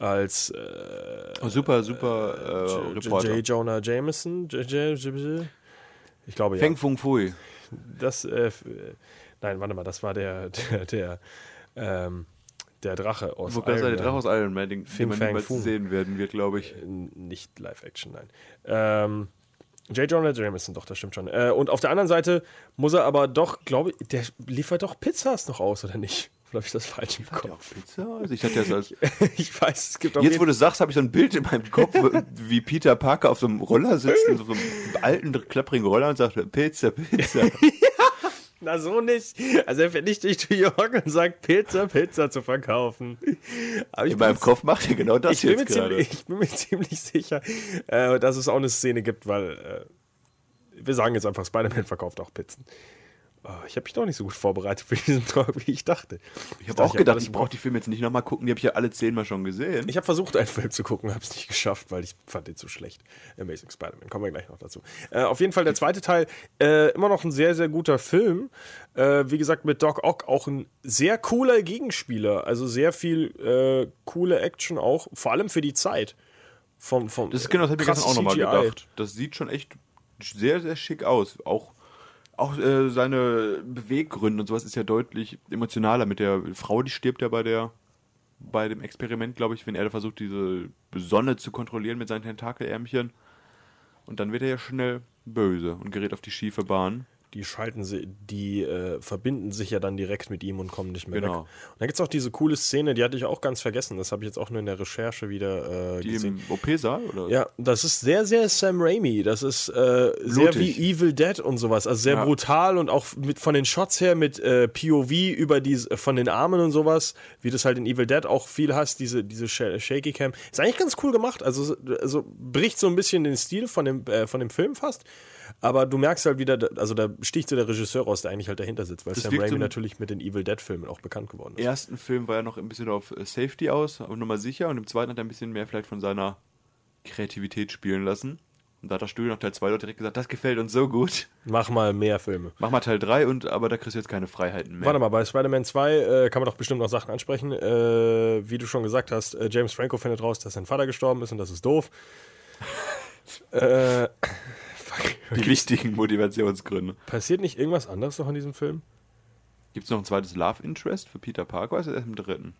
als äh, Oh, super, super äh, J. Reporter. J. Jonah Jameson. J. J. J. J. Ich glaube, ja. Feng Fung Fui. Das, äh, f- äh, nein, warte mal, das war der, <laughs> der, der, ähm, der Drache aus Wo das Iron der Drache Man. aus Iron Man, den, den Fing man Fang niemals Fung. sehen werden wird, glaube ich. nicht Live-Action, nein. Ähm, J. Jonah Jameson, doch, das stimmt schon. Äh, und auf der anderen Seite muss er aber doch, glaube ich, der liefert doch Pizzas noch aus, oder nicht? Oder habe ich das falsch im Ja, Kopf? Pizza? Also ich hatte das <laughs> als, <laughs> ich weiß, es gibt auch jetzt, wo du es sagst, habe ich so ein Bild in meinem Kopf, wie Peter Parker auf so einem Roller sitzt, in so einem alten, klapprigen Roller und sagt, Pizza, Pizza. Na, so nicht. Also er fährt nicht durch New York und sagt, Pizza, Pizza zu verkaufen. Aber In meinem bin- Kopf macht er genau das ich bin, mir jetzt gerade. ziemlich, ich bin mir ziemlich sicher, äh, dass es auch eine Szene gibt, weil äh, wir sagen jetzt einfach, Spider-Man verkauft auch Pizzen. Oh, ich habe mich doch nicht so gut vorbereitet für diesen Talk, wie ich dachte. Ich habe auch dachte, gedacht, alles ich im brauche Kopf. die Filme jetzt nicht nochmal gucken, die habe ich ja alle zehnmal schon gesehen. Ich habe versucht, einen Film zu gucken, habe es nicht geschafft, weil ich fand den zu schlecht. Amazing Spider-Man, kommen wir gleich noch dazu. Äh, auf jeden Fall der zweite Teil, äh, immer noch ein sehr, sehr guter Film. Äh, wie gesagt, mit Doc Ock auch ein sehr cooler Gegenspieler. Also sehr viel äh, coole Action auch, vor allem für die Zeit. Vom, vom das ist genau, das habe ich gestern krasses auch nochmal CGI. gedacht. Das sieht schon echt sehr, sehr schick aus. Auch, auch äh, seine Beweggründe und sowas ist ja deutlich emotionaler mit der Frau, die stirbt ja bei der bei dem Experiment, glaube ich, wenn er da versucht, diese Sonne zu kontrollieren mit seinen Tentakelärmchen. Und dann wird er ja schnell böse und gerät auf die schiefe Bahn. die schalten sie, die äh, verbinden sich ja dann direkt mit ihm und kommen nicht mehr Genau. weg. Und dann gibt es auch diese coole Szene, die hatte ich auch ganz vergessen. Das habe ich jetzt auch nur in der Recherche wieder äh, Die gesehen. im OP-Saal? Oder? Ja, das ist sehr, sehr Sam Raimi. Das ist äh, sehr Blutig. wie Evil Dead und sowas. Also sehr Ja. brutal und auch mit, von den Shots her mit äh, POV über die, von den Armen und sowas, wie das halt in Evil Dead auch viel hast, diese, diese Sh Shaky Cam. Ist eigentlich ganz cool gemacht. Also, also bricht so ein bisschen den Stil von dem, äh, von dem Film fast. Aber du merkst halt wieder, da- also da sticht so der Regisseur raus, der eigentlich halt dahinter sitzt, weil Das Sam wirkt Raimi so ein- natürlich mit den Evil Dead-Filmen auch bekannt geworden ist. ersten Film war er noch ein bisschen auf äh, Safety aus, auf Nummer sicher. Und im zweiten hat er ein bisschen mehr vielleicht von seiner Kreativität spielen lassen. Und da hat das Studio nach Teil 2 doch direkt gesagt, das gefällt uns so gut. Mach mal mehr Filme. Mach mal Teil 3 und aber da kriegst du jetzt keine Freiheiten mehr. Warte mal, bei Spider-Man 2 äh, kann man doch bestimmt noch Sachen ansprechen. Äh, wie du schon gesagt hast, äh, James Franco findet raus, dass sein Vater gestorben ist und das ist <laughs> doof. äh, fuck. Die wichtigen Motivationsgründe. Passiert nicht irgendwas anderes noch in diesem Film? Gibt es noch ein zweites Love Interest für Peter Parker? Oder Ist das erst im dritten?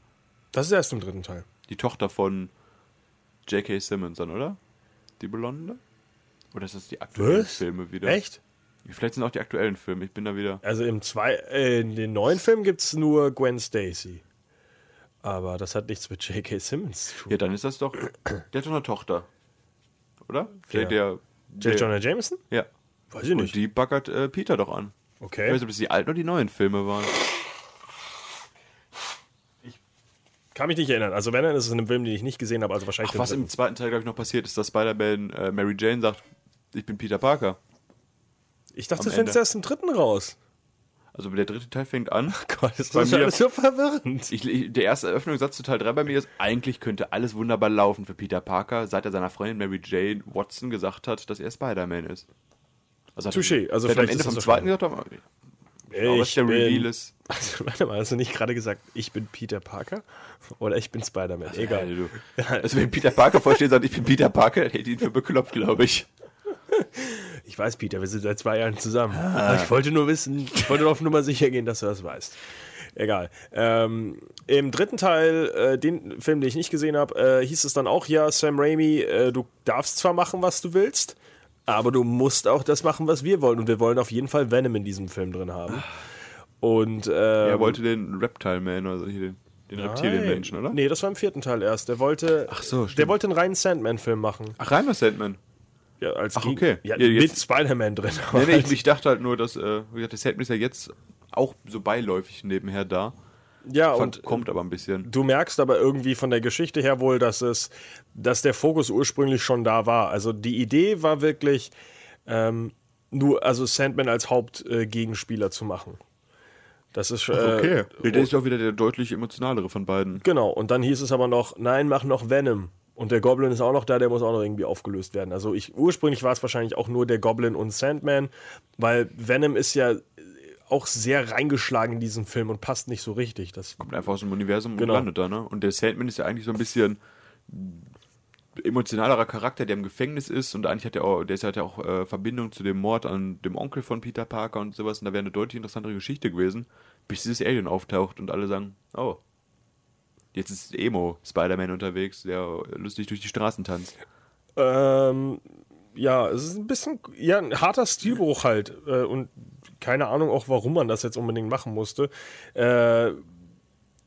Das ist erst im dritten Teil. Die Tochter von J.K. Simmons dann, oder? Die Blonde? Oder ist das die aktuellen Was? Filme wieder? Echt? Vielleicht sind auch die aktuellen Filme. Ich bin da wieder. Also im zwei, äh, in den neuen Film gibt es nur Gwen Stacy. Aber das hat nichts mit J.K. Simmons zu tun. Ja, dann <clears throat> ist das doch. Der hat doch eine Tochter. Oder? Der, Ja. der, J. der- Jonah Jameson? Ja. Weiß ich Und nicht. die baggert äh, Peter doch an. Ich Okay. weiß nicht, ob es die alten oder die neuen Filme waren. Kann mich nicht erinnern. Also wenn, dann ist es in einem Film, den ich nicht gesehen habe. Also wahrscheinlich Ach, den was dritten. im zweiten Teil, glaube ich, noch passiert ist, dass Spider-Man äh, Mary Jane sagt, ich bin Peter Parker. Ich dachte, am du findest Ende. erst im dritten raus. Also der dritte Teil fängt an. Gott, ist Bei das mir- alles so verwirrend. Ich, ich, der erste Eröffnungssatz zu Teil 3 bei mir ist, eigentlich könnte alles wunderbar laufen für Peter Parker, seit er seiner Freundin Mary Jane Watson gesagt hat, dass er Spider-Man ist. Also hat er- Touché, also der hat am vielleicht Ende ist das vom auch zweiten schon- gesagt, Aber was Ich der bin- Reveal ist. Also, warte mal, hast du nicht gerade gesagt, ich bin Peter Parker? Oder ich bin Spider-Man? Egal. Alter, du. <laughs> Also wenn Peter Parker vorsteht und sagt, ich bin Peter Parker, dann hätte ich ihn für bekloppt, glaube ich. Ich weiß, Peter, wir sind seit zwei Jahren zusammen. Ah. Aber ich wollte nur wissen, ich wollte nur auf Nummer sicher gehen, dass du das weißt. Egal. Ähm, Im dritten Teil, äh, den Film, den ich nicht gesehen habe, äh, hieß es dann auch, ja, Sam Raimi, äh, du darfst zwar machen, was du willst, aber du musst auch das machen, was wir wollen. Und wir wollen auf jeden Fall Venom in diesem Film drin haben. Und ähm, Er wollte den Reptile Man, also hier den, den Reptilienmenschen, oder? Nee, das war im vierten Teil erst. Der wollte, Ach so, stimmt. der wollte einen reinen Sandman-Film machen. Ach, Reimer Sandman. Ja, als Ach, Geg- okay. Ja, Ja, mit jetzt- Spider-Man drin. Nee, nee, ich, ich dachte halt nur, dass, äh, wie gesagt, der Sandman ist ja jetzt auch so beiläufig nebenher da. ja, Ah, Und äh, und kommt aber ein bisschen. du merkst aber irgendwie von der Geschichte her wohl, dass es, dass der Fokus ursprünglich schon da war. Also die Idee war wirklich, ähm, nur, also Sandman als Hauptgegenspieler äh, Gegenspieler zu machen. Das ist äh, Ja, der ist auch wieder der deutlich emotionalere von beiden. Genau, und dann hieß es aber noch, nein, mach noch Venom. Und der Goblin ist auch noch da, der muss auch noch irgendwie aufgelöst werden. Also ich, ursprünglich war es wahrscheinlich auch nur der Goblin und Sandman, weil Venom ist ja äh, auch sehr reingeschlagen in diesen Film und passt nicht so richtig. Das, Kommt einfach aus dem Universum Genau. und landet da, ne? Und der Sandman ist ja eigentlich so ein bisschen emotionalerer Charakter, der im Gefängnis ist und eigentlich hat er auch, der ist- hat ja auch äh, Verbindung zu dem Mord an dem Onkel von Peter Parker und sowas und da wäre eine deutlich interessantere Geschichte gewesen, bis dieses Alien auftaucht und alle sagen, oh, jetzt ist Emo Spider-Man unterwegs, der lustig durch die Straßen tanzt. ähm, ja, es ist ein bisschen ja, ein harter Stilbruch halt. Äh, und keine Ahnung auch, warum man das jetzt unbedingt machen musste. Äh,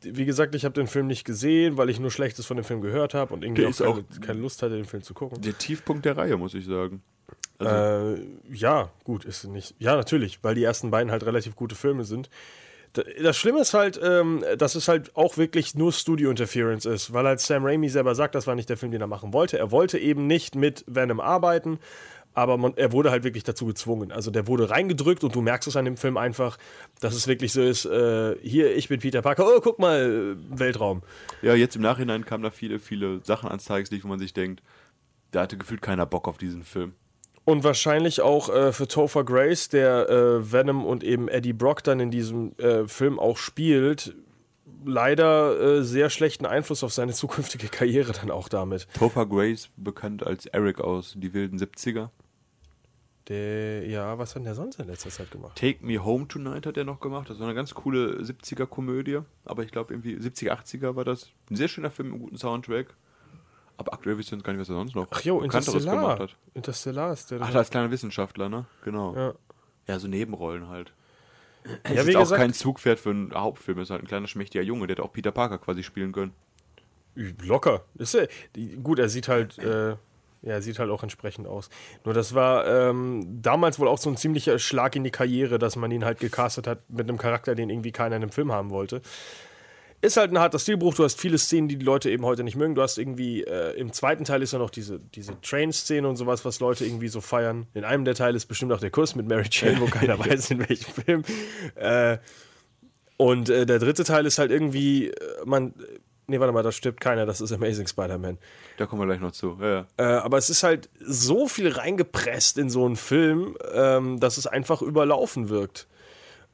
wie gesagt, ich habe den Film nicht gesehen, weil ich nur Schlechtes von dem Film gehört habe und irgendwie Der auch ist keine, auch- keine Lust hatte, den Film zu gucken. Der Tiefpunkt der Reihe, muss ich sagen. Äh, ja, gut, ist nicht. Ja, natürlich, weil die ersten beiden halt relativ gute Filme sind. D- Das Schlimme ist halt, ähm, dass es halt auch wirklich nur Studio Interference ist, weil halt Sam Raimi selber sagt, das war nicht der Film, den er machen wollte. Er wollte eben nicht mit Venom arbeiten, aber man, er wurde halt wirklich dazu gezwungen. Also der wurde reingedrückt und du merkst es an dem Film einfach, dass es wirklich so ist, äh, hier, ich bin Peter Parker, oh, guck mal, äh, Weltraum. Ja, jetzt im Nachhinein kamen da viele, viele Sachen ans Tageslicht, wo man sich denkt, da hatte gefühlt keiner Bock auf diesen Film. Und wahrscheinlich auch äh, für Topher Grace, der äh, Venom und eben Eddie Brock dann in diesem äh, Film auch spielt, leider äh, sehr schlechten Einfluss auf seine <laughs> zukünftige Karriere dann auch damit. Topher Grace, bekannt als Eric aus Die wilden 70er. Der, ja, was hat denn der sonst in letzter Zeit gemacht? Take Me Home Tonight hat er noch gemacht. Das war eine ganz coole 70er-Komödie. Aber ich glaube, irgendwie 70er, 80er war das. Ein sehr schöner Film mit einem guten Soundtrack. Aber aktuell wissen wir jetzt gar nicht, was er sonst noch Ach jo, Bekannteres Interstellar. hat. Interstellar ist der. Ach, da- als kleiner Wissenschaftler, ne? Genau. Ja. Ja, so Nebenrollen halt. ja, ist wie jetzt auch gesagt, kein Zugpferd für einen Hauptfilm. Ist halt ein kleiner, schmächtiger Junge. Der hätte auch Peter Parker quasi spielen können. Locker. Ist, äh, die, gut, er sieht halt, äh, ja, sieht halt auch entsprechend aus. Nur das war ähm, damals wohl auch so ein ziemlicher Schlag in die Karriere, dass man ihn halt gecastet hat mit einem Charakter, den irgendwie keiner in einem Film haben wollte. Ist halt ein harter Stilbruch. Du hast viele Szenen, die die Leute eben heute nicht mögen. Du hast irgendwie, äh, im zweiten Teil ist ja noch diese, diese Train-Szene und sowas, was Leute irgendwie so feiern. In einem der Teile ist bestimmt auch der Kuss mit Mary Jane, wo keiner weiß, in welchem Film. Äh, und äh, der dritte Teil ist halt irgendwie, äh, man. Nee, warte mal, da stirbt keiner, das ist Amazing Spider-Man. Da kommen wir gleich noch zu. Ja, ja. Äh, aber es ist halt so viel reingepresst in so einen Film, ähm, dass es einfach überlaufen wirkt.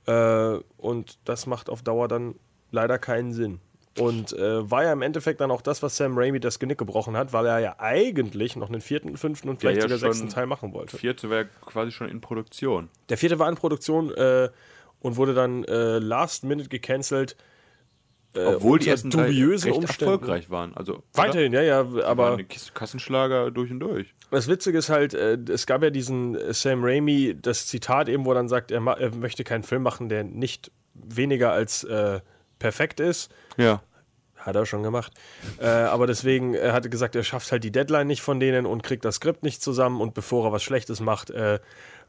Äh, und das macht auf Dauer dann leider keinen Sinn. Und äh, war ja im Endeffekt dann auch das, was Sam Raimi das Genick gebrochen hat, weil er ja eigentlich noch einen vierten, fünften und vielleicht ja sogar schon sechsten Teil machen wollte. Vierte wäre quasi schon in Produktion. Der vierte war in Produktion äh, und wurde dann äh, last minute gecancelt. äh, Obwohl die unter ersten dubiösen drei recht Umständen. erfolgreich waren. Also Weiterhin, ja, ja, aber aber eine Kis- Kassenschlager durch und durch. das Witzige ist halt, äh, es gab ja diesen äh, Sam Raimi, das Zitat eben, wo er dann sagt, er, ma- er möchte keinen Film machen, der nicht weniger als äh, perfekt ist. Ja. Hat er schon gemacht. Äh, aber deswegen, er hatte gesagt, er schafft halt die Deadline nicht von denen und kriegt das Skript nicht zusammen und bevor er was Schlechtes macht, äh,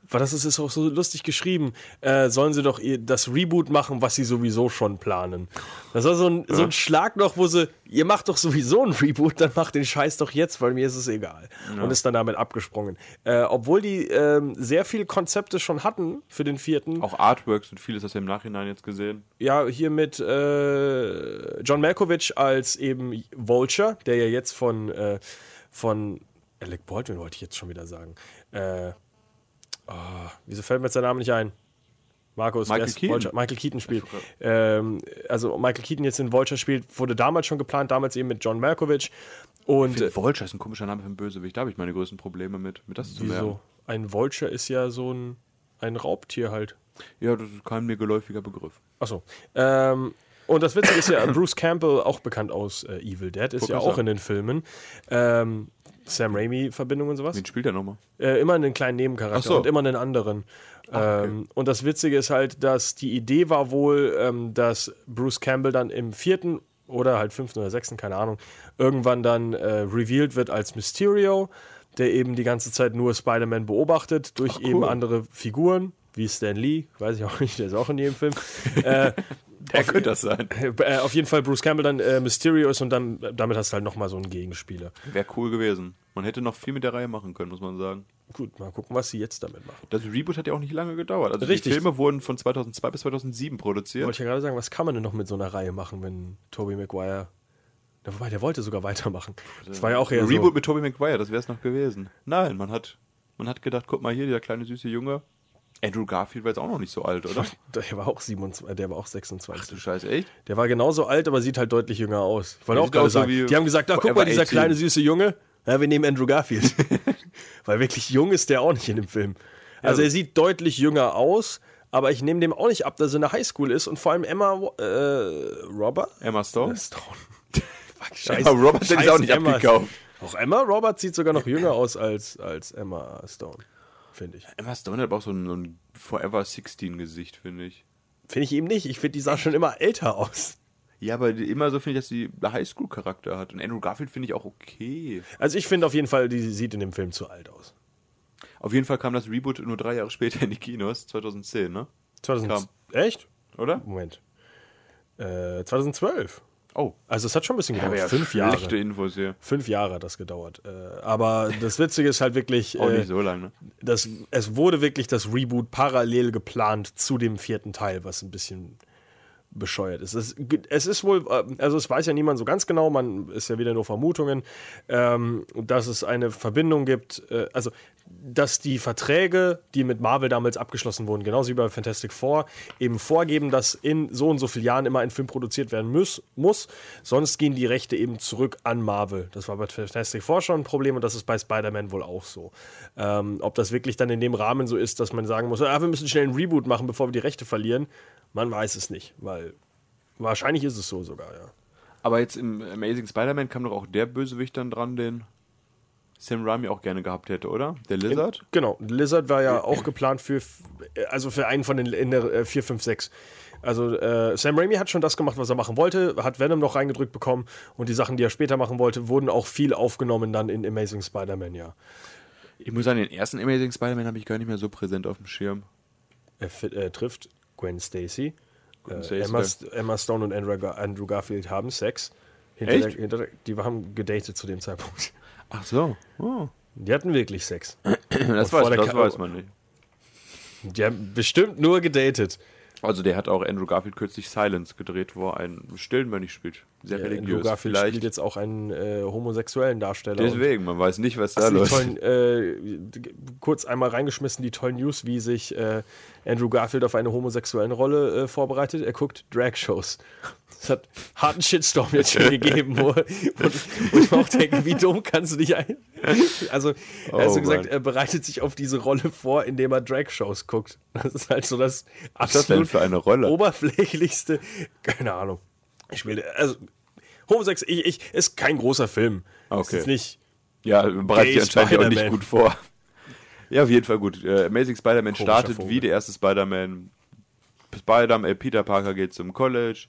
weil das ist, ist auch so lustig geschrieben, äh, sollen sie doch ihr, das Reboot machen, was sie sowieso schon planen. Das war so ein, so ein Schlag noch, wo sie, ihr macht doch sowieso ein Reboot, dann macht den Scheiß doch jetzt, weil mir ist es egal. Und ist dann damit abgesprungen. Äh, obwohl die ähm, sehr viele Konzepte schon hatten für den vierten. Auch Artworks und vieles hast du im Nachhinein jetzt gesehen. ja, hier mit äh, John Malkovich als eben Vulture, der ja jetzt von, äh, von Alec Baldwin wollte ich jetzt schon wieder sagen. Äh, oh, wieso fällt mir jetzt der Name nicht ein? Marco ist Michael erst Keaton. Vulture. Michael Keaton spielt. Ähm, also Michael Keaton jetzt in Vulture spielt, wurde damals schon geplant, damals eben mit John Malkovich. Und äh, Finn Vulture ist ein komischer Name für einen Bösewicht. Da habe ich meine größten Probleme mit, mit das zu merken. wieso? Ein Vulture ist ja so ein, ein Raubtier halt. Ja, das ist kein mir geläufiger Begriff. Achso. Ähm, und das Witzige ist ja, <coughs> Bruce Campbell, auch bekannt aus äh, Evil Dead, ist Guck ja uns auch an. in den Filmen. Ähm, Sam Raimi-Verbindung und sowas. Wen spielt er nochmal? Äh, immer einen kleinen Nebencharakter Ach so. Ah, und immer einen anderen. Ähm, und das Witzige ist halt, dass die Idee war wohl, ähm, dass Bruce Campbell dann im vierten oder halt fünften oder sechsten, keine Ahnung, irgendwann dann äh, revealed wird als Mysterio, der eben die ganze Zeit nur Spider-Man beobachtet durch eben andere Figuren, wie Stan Lee, weiß ich auch nicht, der ist auch in jedem <laughs> Film. äh, Der könnte das sein. äh, auf jeden Fall Bruce Campbell dann äh, Mysterio ist und dann damit hast du halt nochmal so einen Gegenspieler. Wäre cool gewesen. Man hätte noch viel mit der Reihe machen können, muss man sagen. Gut, mal gucken, was sie jetzt damit machen. Das Reboot hat ja auch nicht lange gedauert. Also Richtig. die Filme wurden von 2002 bis 2007 produziert. Wollte ich ja gerade sagen, was kann man denn noch mit so einer Reihe machen, wenn Tobey Maguire. Na, wobei, der wollte sogar weitermachen. Das war ja auch eher Ein Äh, Reboot so. mit Tobey Maguire, das wäre es noch gewesen. Nein, man hat, man hat gedacht, guck mal hier, dieser kleine süße Junge. Andrew Garfield war jetzt auch noch nicht so <laughs> alt, oder? Der war auch 27, äh, der war auch Ach du 26. Scheiße, echt? der war genauso alt, aber sieht halt deutlich jünger aus. Ich wollte Der auch sieht aus gerade so sagen. wie die haben gesagt, da guck mal, Forever dieser 18. kleine süße Junge. Ja, wir nehmen Andrew Garfield. <laughs> Weil wirklich jung ist der auch nicht in dem Film. Also er sieht deutlich jünger aus, aber ich nehme dem auch nicht ab, dass er in der Highschool ist und vor allem Emma äh, Robert? Emma Stone? <laughs> Stone. Fuck, scheiße. Emma Roberts hätte ich Scheiß auch nicht Emma. abgekauft. Auch Emma Roberts sieht sogar noch jünger aus als, als Emma Stone, finde ich. Emma Stone hat aber auch so ein, so ein Forever 16 Gesicht, finde ich. Finde ich eben nicht. Ich finde, die sah schon immer älter aus. Ja, aber die- immer so finde ich, dass sie Highschool-Charakter hat. Und Andrew Garfield finde ich auch okay. Also ich finde auf jeden Fall, die sieht in dem Film zu alt aus. Auf jeden Fall kam das Reboot nur drei Jahre später in die Kinos, 2010, ne? 2000, echt? Oder? Moment. Äh, 2012. Oh. Also es hat schon ein bisschen Ich habe gedauert. ja fünf schlechte Jahre. Infos hier. Fünf Jahre hat das gedauert. Äh, aber das Witzige ist halt wirklich, Auch äh, nicht so lange. Ne? das, es wurde wirklich das Reboot parallel geplant zu dem vierten Teil, was ein bisschen bescheuert ist. Es, es ist wohl, äh, also es weiß ja niemand so ganz genau, man ist ja wieder nur Vermutungen, ähm, dass es eine Verbindung gibt, äh, also dass die Verträge, die mit Marvel damals abgeschlossen wurden, genauso wie bei Fantastic Four, eben vorgeben, dass in so und so vielen Jahren immer ein Film produziert werden muss, muss, sonst gehen die Rechte eben zurück an Marvel. Das war bei Fantastic Four schon ein Problem und das ist bei Spider-Man wohl auch so. Ähm, ob das wirklich dann in dem Rahmen so ist, dass man sagen muss, ah, wir müssen schnell einen Reboot machen, bevor wir die Rechte verlieren, man weiß es nicht, weil wahrscheinlich ist es so sogar, ja. Aber jetzt im Amazing Spider-Man kam doch auch der Bösewicht dann dran, den Sam Raimi auch gerne gehabt hätte, oder? Der Lizard? Genau, Lizard war ja auch geplant für, also für einen von den in der, äh, 4, 5, 6. Also äh, Sam Raimi hat schon das gemacht, was er machen wollte, hat Venom noch reingedrückt bekommen und die Sachen, die er später machen wollte, wurden auch viel aufgenommen dann in Amazing Spider-Man, ja. Ich muss sagen, den ersten Amazing Spider-Man habe ich gar nicht mehr so präsent auf dem Schirm. Er fi- äh, trifft Gwen Stacy. Äh, Stacy. Emma, St- Emma Stone und Andrew, Gar Andrew Garfield haben Sex. Hinter Echt? Der, hinter der, die haben gedatet zu dem Zeitpunkt. <laughs> Ach so. Oh. Die hatten wirklich Sex. Das, Und vor weiß, der das Ka- weiß man nicht. Die haben bestimmt nur gedatet. Also der hat auch Andrew Garfield kürzlich Silence gedreht, wo er einen stillen Mönch spielt. Sehr Ja, religiös. Andrew Garfield Vielleicht. spielt jetzt auch einen äh, homosexuellen Darsteller. Deswegen, man weiß nicht, was da Und die läuft. tollen, äh, g- kurz einmal reingeschmissen, die tollen News, wie sich äh, Andrew Garfield auf eine homosexuelle Rolle äh, vorbereitet. Er guckt Drag-Shows. Es hat harten Shitstorm jetzt schon gegeben, wo, wo, wo ich mir auch denke, wie dumm kannst du dich ein. Also, er hat Oh so gesagt, Mann. er bereitet sich auf diese Rolle vor, indem er Drag-Shows guckt. Das ist halt so das das denn absolut für eine Rolle? oberflächlichste. Keine Ahnung. Ich spiele. Also, Homosex, ich, ich, ist kein großer Film. Ist Okay. jetzt nicht. Ja, bereitet sich Gay anscheinend auch nicht Spider-Man. gut vor. Ja, auf jeden Fall gut. Äh, Amazing Spider-Man Komischer startet Vogel. wie der erste Spider-Man. Spider-Man, äh, Peter Parker geht zum College.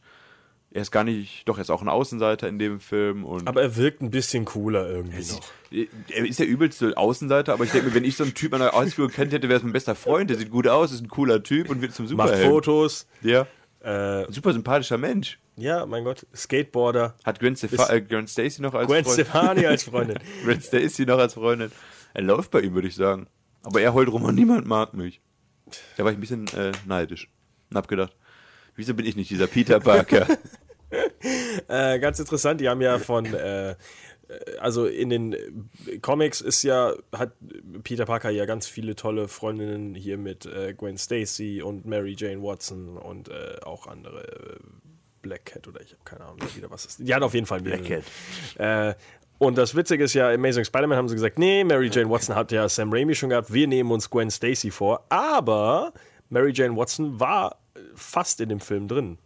Er ist gar nicht, doch, er ist auch ein Außenseiter in dem Film. Und äh, Aber er wirkt ein bisschen cooler irgendwie noch. er ist der übelste Außenseiter, aber ich denke mir, wenn ich so einen Typ an der Highschool kennt hätte, wäre es mein bester Freund. Der sieht gut aus, ist ein cooler Typ und wird zum Macht Superheld. Fotos. Ja. Äh, Super sympathischer Mensch. ja, mein Gott. Skateboarder. Hat Gwen, Stefa Ist- äh, Gwen Stacy noch als Gwen Freundin? Stefani <laughs> als Freundin. Gwen Stacy noch als Freundin. Er läuft bei ihm, würde ich sagen. Aber er heult rum und niemand mag mich. Da war ich ein bisschen äh, neidisch. Und hab gedacht, wieso bin <laughs> ich nicht dieser Peter Parker? Äh, ganz interessant, die haben ja von äh, äh, also in den äh, Comics ist ja, hat Peter Parker ja ganz viele tolle Freundinnen hier mit äh, Gwen Stacy und Mary Jane Watson und äh, auch andere äh, Black Cat oder ich habe keine Ahnung wieder was ist. Die hat auf jeden Fall mehrere. Black Äh, und das Witzige ist ja, Amazing Spider-Man haben sie gesagt, nee, Mary Jane Watson hat ja Sam Raimi schon gehabt, wir nehmen uns Gwen Stacy vor, aber Mary Jane Watson war äh, fast in dem Film drin.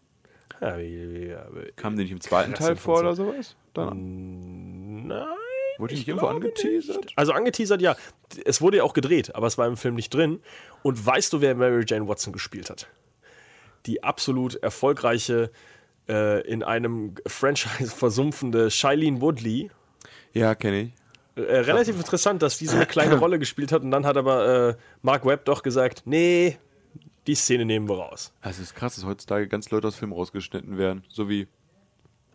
Ja, wie, wie, wie, Kam der nicht im zweiten Krasse Teil vor Fenster. oder sowas? Dann Nein. wurde ich nicht irgendwo angeteasert? Also angeteasert, ja. Es wurde ja auch gedreht, aber es war im Film nicht drin. Und weißt du, wer Mary Jane Watson gespielt hat? Die absolut erfolgreiche, äh, in einem Franchise <laughs> versumpfende Shailene Woodley. Ja, kenne ich. Äh, relativ interessant, dass die so eine <clears throat> kleine Rolle gespielt hat. Und dann hat aber äh, Mark Webb doch gesagt, nee, die Szene nehmen wir raus. Also Es ist krass, dass heutzutage ganz Leute aus Filmen rausgeschnitten werden. So wie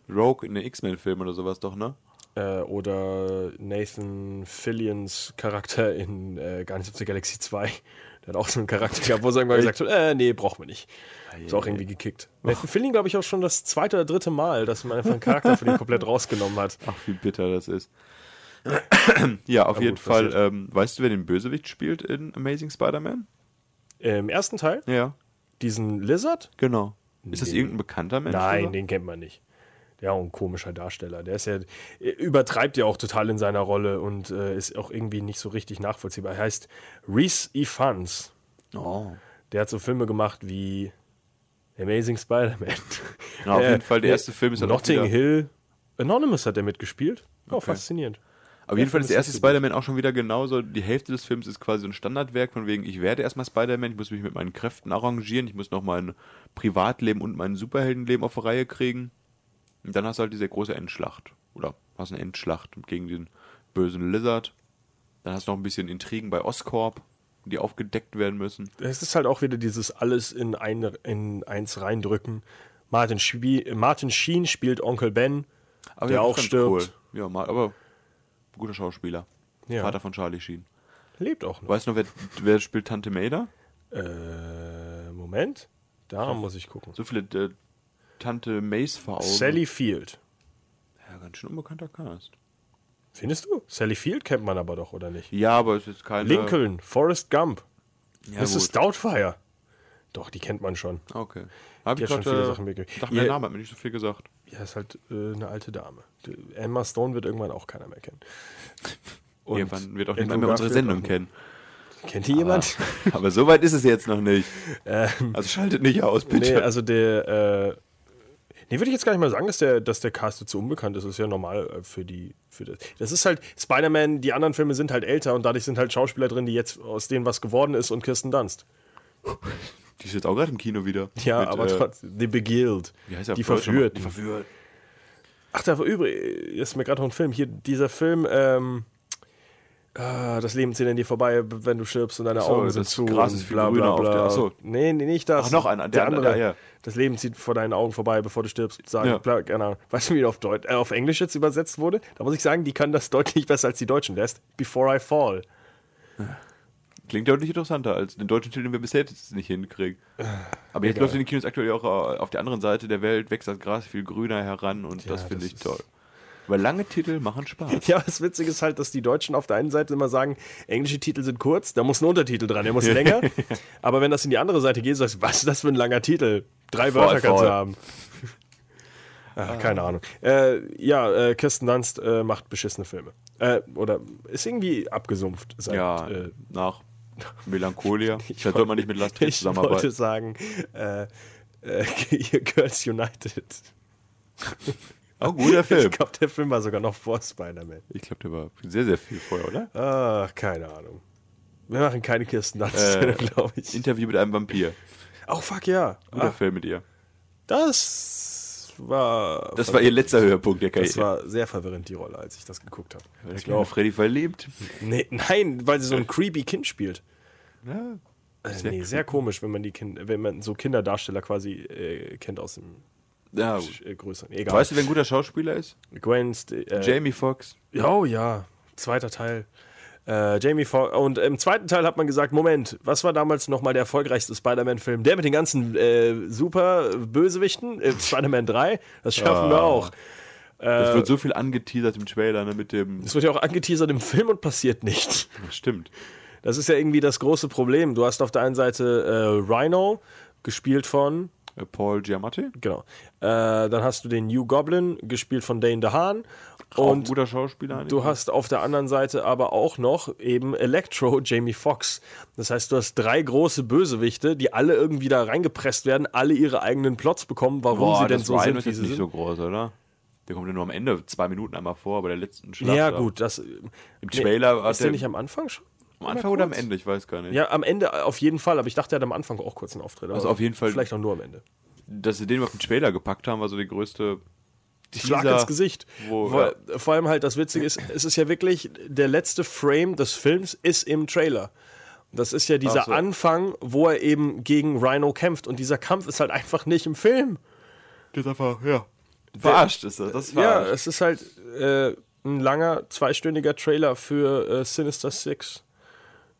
Rogue in den X-Men-Filmen oder sowas doch, ne? Äh, oder Nathan Fillions Charakter in äh, Guardians of the Galaxy 2. Der hat auch so einen Charakter gehabt, wo sie irgendwann gesagt hat, äh, nee, brauchen wir nicht. Ist auch irgendwie gekickt. Nathan Fillion, glaube ich, auch schon das zweite oder dritte Mal, dass man einfach einen Charakter von ihm komplett rausgenommen hat. Ach, wie bitter das ist. <clears throat> ja, auf jeden gut, Fall. passiert. Ähm, weißt du, wer den Bösewicht spielt in Amazing Spider-Man? Im ersten Teil, Ja, diesen Lizard? genau. Ist das Nee. irgendein bekannter Mensch? Nein, sogar? den kennt man nicht. Der ist auch ein komischer Darsteller. Der ist ja, er übertreibt ja auch total in seiner Rolle und äh, ist auch irgendwie nicht so richtig nachvollziehbar. Er heißt Reese Ifans. Oh. Der hat so Filme gemacht wie Amazing Spider-Man. Ja, auf Äh, jeden Fall, der erste Film ist dann auch Notting wieder- Hill. Anonymous hat er mitgespielt. Oh, faszinierend. Auf jeden Fall ist der Ja, erste das ist gut. Spider-Man auch schon wieder genauso. Die Hälfte des Films ist quasi so ein Standardwerk, von wegen, ich werde erstmal Spider-Man, ich muss mich mit meinen Kräften arrangieren, ich muss noch mein Privatleben und mein Superheldenleben auf die Reihe kriegen. Und dann hast du halt diese große Endschlacht. Oder hast eine Endschlacht gegen den bösen Lizard. Dann hast du noch ein bisschen Intrigen bei Oscorp, die aufgedeckt werden müssen. Es ist halt auch wieder dieses alles in, ein, in eins reindrücken. Martin, Spie Martin Sheen spielt Onkel Ben, Aber der ja, auch ganz stirbt. Cool. Ja, mal, aber guter Schauspieler. Ja. Vater von Charlie Sheen. Lebt auch noch. Weißt du noch, wer, wer spielt Tante May da? Äh, Moment. Da muss ich gucken. So viele äh, Tante Mays vor Augen. Sally Field. Ja, ganz schön unbekannter Cast. Findest du? Sally Field kennt man aber doch, oder nicht? Ja, aber es ist keine. Lincoln, Forrest Gump, ja, Mrs. gut. Doubtfire. Doch, die kennt man schon. Okay. Hab Die ich hat schon gerade. viele Sachen mitgekriegt. Dachte, mein Ihr- Name hat mir nicht so viel gesagt. Ja, ist halt äh, eine alte Dame. Die- Emma Stone wird irgendwann auch keiner mehr kennen. Und Irgendwann wird auch Andrew niemand mehr unsere Garfield Sendung auch nicht. <laughs> kennen. Ah, Kennt die jemand? aber so weit ist es jetzt noch nicht. also schaltet nicht aus, <laughs> bitte. Ähm. nee, also der. Äh, nee, würde ich jetzt gar nicht mal sagen, dass der, dass der Cast jetzt so unbekannt ist. Das ist ja normal äh, für die. Für das. das ist halt. Spider-Man, die anderen Filme sind halt älter und dadurch sind halt Schauspieler drin, die jetzt aus denen was geworden ist und Kirsten Dunst. die ist jetzt auch gerade im Kino wieder. Ja, Mit, aber äh, trotzdem. The Beguiled. Wie heißt der die auf Deutsch nochmal? Verführten. Die Verführten. Ach, da war übrig, ist mir gerade noch ein Film. Hier, dieser Film, ähm, ah, das Leben zieht an dir vorbei, b- wenn du stirbst und deine so, Augen sind das zu. Gras und ist viel grüner auf der- ach so. Nee, nee, nicht das. Ach, noch einer, der andere, ja, ja. Das Leben zieht vor deinen Augen vorbei, bevor du stirbst. Sagen, Ja. bla, keine Ahnung. Weißt du, wie der auf, Deut äh, auf Englisch jetzt übersetzt wurde? Da muss ich sagen, die können das <laughs> deutlich besser als die Deutschen. Der ist Before I Fall. Klingt deutlich interessanter als den deutschen Titel, den wir bis jetzt nicht hinkriegen. Äh, Aber jetzt läuft in den Kinos aktuell auch äh, auf der anderen Seite der Welt, wächst das Gras viel grüner heran und das das finde ich ist- toll. Weil lange Titel machen <laughs> Spaß. Ja, das Witzige ist halt, dass die Deutschen auf der einen Seite immer sagen, englische Titel sind kurz, da muss ein Untertitel dran, der muss <laughs> länger. Aber wenn das in die andere Seite geht, sagst du, was ist das für ein langer Titel? Drei Voll, Wörter kannst voll. du haben. <laughs> Ah, keine Ahnung. Äh, ja, äh, Kirsten Dunst äh, macht beschissene Filme. Äh, oder ist irgendwie abgesumpft. Seit, Ja, äh, nach <laughs> Melancholia. Ich da sollte man nicht mit Last <laughs> Train ich wollte zusammenarbeiten. sagen, äh, äh, <laughs> Girls United. Auch Ah, guter Film. Ich glaube, der Film war sogar noch vor Spider-Man. Ich glaube, der war sehr, sehr viel vorher, oder? Ach, keine Ahnung. Wir machen keine Kirsten Dunst, <laughs> Äh, glaube ich. Interview mit einem Vampir. Oh, fuck ja. Guter Ah, Film mit ihr. das war. Das war eh ihr letzter Höhepunkt der Karriere. das war sehr verwirrend, die Rolle, als ich das geguckt habe. ich glaube, Freddy verliebt. Nee, nein, weil sie so ein creepy Kind spielt. Ja. Äh, nee, sehr komisch, wenn man die kind, wenn man so Kinderdarsteller quasi äh, kennt aus dem Ja, gut. äh, Größeren. Egal. Weißt du, wer ein guter Schauspieler ist? Gwen St äh, Jamie Foxx. Oh ja, zweiter Teil. Äh, Jamie Foxx. Und im zweiten Teil hat man gesagt, Moment, was war damals nochmal der erfolgreichste Spider-Man-Film? Der mit den ganzen äh, super Bösewichten, äh, Spider-Man 3, das schaffen wir auch. Es wird so viel angeteasert im Trailer, ne, mit dem. Es wird ja auch angeteasert im Film und passiert nichts. Stimmt. Das ist ja irgendwie das große Problem. Du hast auf der einen Seite äh, Rhino, gespielt von, Äh, Paul Giamatti? genau, äh, dann hast du den New Goblin, gespielt von Dane DeHaan. Auch ein Und guter Schauspieler. ne? eigentlich. Du hast auf der anderen Seite aber auch noch eben Electro, Jamie Foxx. Das heißt, du hast drei große Bösewichte, die alle irgendwie da reingepresst werden, alle ihre eigenen Plots bekommen, warum Boah, sie denn das so sind, Rhino ist wie jetzt sie nicht sind. so groß, oder? Der kommt ja nur am Ende zwei Minuten einmal vor, bei der letzten Schlacht. ja, da. gut, das. Im Trailer war Ist der der nicht am Anfang schon? am Anfang oder am kurz? Ende, ich weiß gar nicht. Ja, am Ende auf jeden Fall, aber ich dachte, er hat am Anfang auch kurz einen Auftritt. Also aber auf jeden Fall- Vielleicht auch nur am Ende. Dass sie den auf den Trailer gepackt haben, war so die größte. Schlag Teaser, ins Gesicht. Wo, vor, vor allem halt das Witzige ist, es ist ja wirklich der letzte Frame des Films ist im Trailer. Das ist ja dieser Ach so. Anfang, wo er eben gegen Rhino kämpft und dieser Kampf ist halt einfach nicht im Film. Das ist einfach, ja. Verarscht ist das, das ist Ja, verarscht. es ist halt äh, ein langer zweistündiger Trailer für äh, Sinister Six,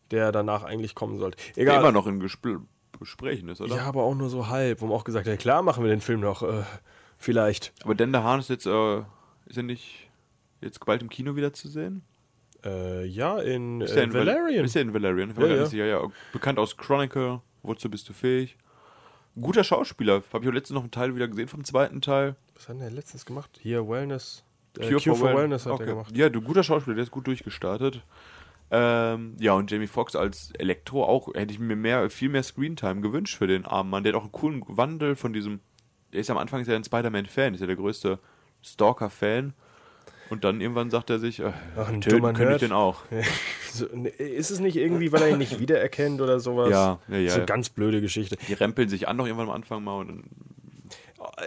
der danach eigentlich kommen sollte. Der Egal. immer noch in Gespr Gesprächen ist, oder? ja, aber auch nur so halb, wo man auch gesagt hat, klar machen wir den Film noch. Äh, vielleicht. Aber Dan DeHaan ist jetzt, äh, ist er nicht jetzt bald im Kino wieder zu sehen? Äh, ja, in, Ist äh, er in Val- Valerian. Ist er in Valerian? Ich Ja, ja, ja. ja. Sicher, ja. Bekannt aus Chronicle, Wozu bist du fähig? Guter Schauspieler. Habe ich auch letztens noch einen Teil wieder gesehen vom zweiten Teil. Was hat denn der letztens gemacht? Hier, Wellness. Äh, Cure, for, Well- Wellness hat Okay. er gemacht. Ja, du guter Schauspieler, der ist gut durchgestartet. Ähm, ja, und Jamie Foxx als Elektro auch, hätte ich mir mehr, viel mehr Screentime gewünscht für den armen Mann. Der hat auch einen coolen Wandel von diesem. Der ist am Anfang ist er ein Spider-Man-Fan, ist ja der größte Stalker-Fan. Und dann irgendwann sagt er sich, äh, Ach, ein töten dummer könnte ich Nerd. den auch. So, ne, Ist es nicht irgendwie, weil er ihn nicht wiedererkennt oder sowas? Ja, ja, ja. So ganz blöde Geschichte. Die rempeln sich an noch irgendwann am Anfang mal und dann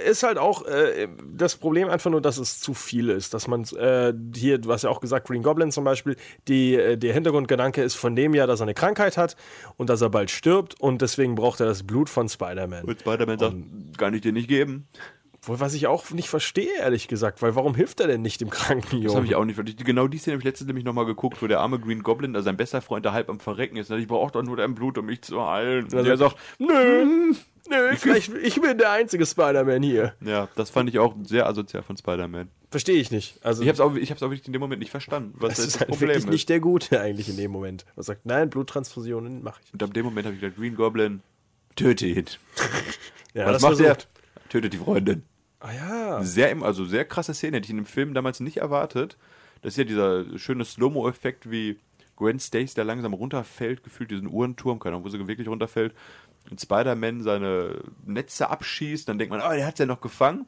Ist halt auch äh, das Problem einfach nur, dass es zu viel ist. Dass man äh, hier, du hast ja auch gesagt, Green Goblin zum Beispiel, die, äh, der Hintergrundgedanke ist von dem ja, dass er eine Krankheit hat und dass er bald stirbt und deswegen braucht er das Blut von Spider-Man. Und Spider-Man sagt, kann ich dir nicht geben. Wohl, was ich auch nicht verstehe, ehrlich gesagt, weil warum hilft er denn nicht dem kranken Jungen? Das habe ich auch nicht. ver- Genau die Szene habe ich letztens nämlich nochmal geguckt, wo der arme Green Goblin, also sein bester Freund, da halb am Verrecken ist. Ich brauche doch nur dein Blut, um mich zu heilen. Und der sagt, nö, "Hm, nö, vielleicht, ich bin der einzige Spider-Man hier. ja, das fand ich auch sehr asozial von Spider-Man. Verstehe ich nicht. Also, Ich habe es auch, ich hab's auch wirklich in dem Moment nicht verstanden, was das das, ist das halt Problem ne? wirklich ist. nicht der Gute eigentlich in dem Moment. Man sagt, nein, Bluttransfusionen mache ich. Und ab dem Moment habe ich gedacht, Green Goblin, töte ihn. Ja, Was macht er? Tötet die Freundin. Ah ja. Sehr, im- also sehr krasse Szene, hätte ich in dem Film damals nicht erwartet. Das ist ja dieser schöne Slow-Mo-Effekt, wie Gwen Stacy da langsam runterfällt, gefühlt diesen Uhrenturm, keine Ahnung, wo sie wirklich runterfällt. Und Spider-Man seine Netze abschießt, dann denkt man, oh, der hat ja noch gefangen.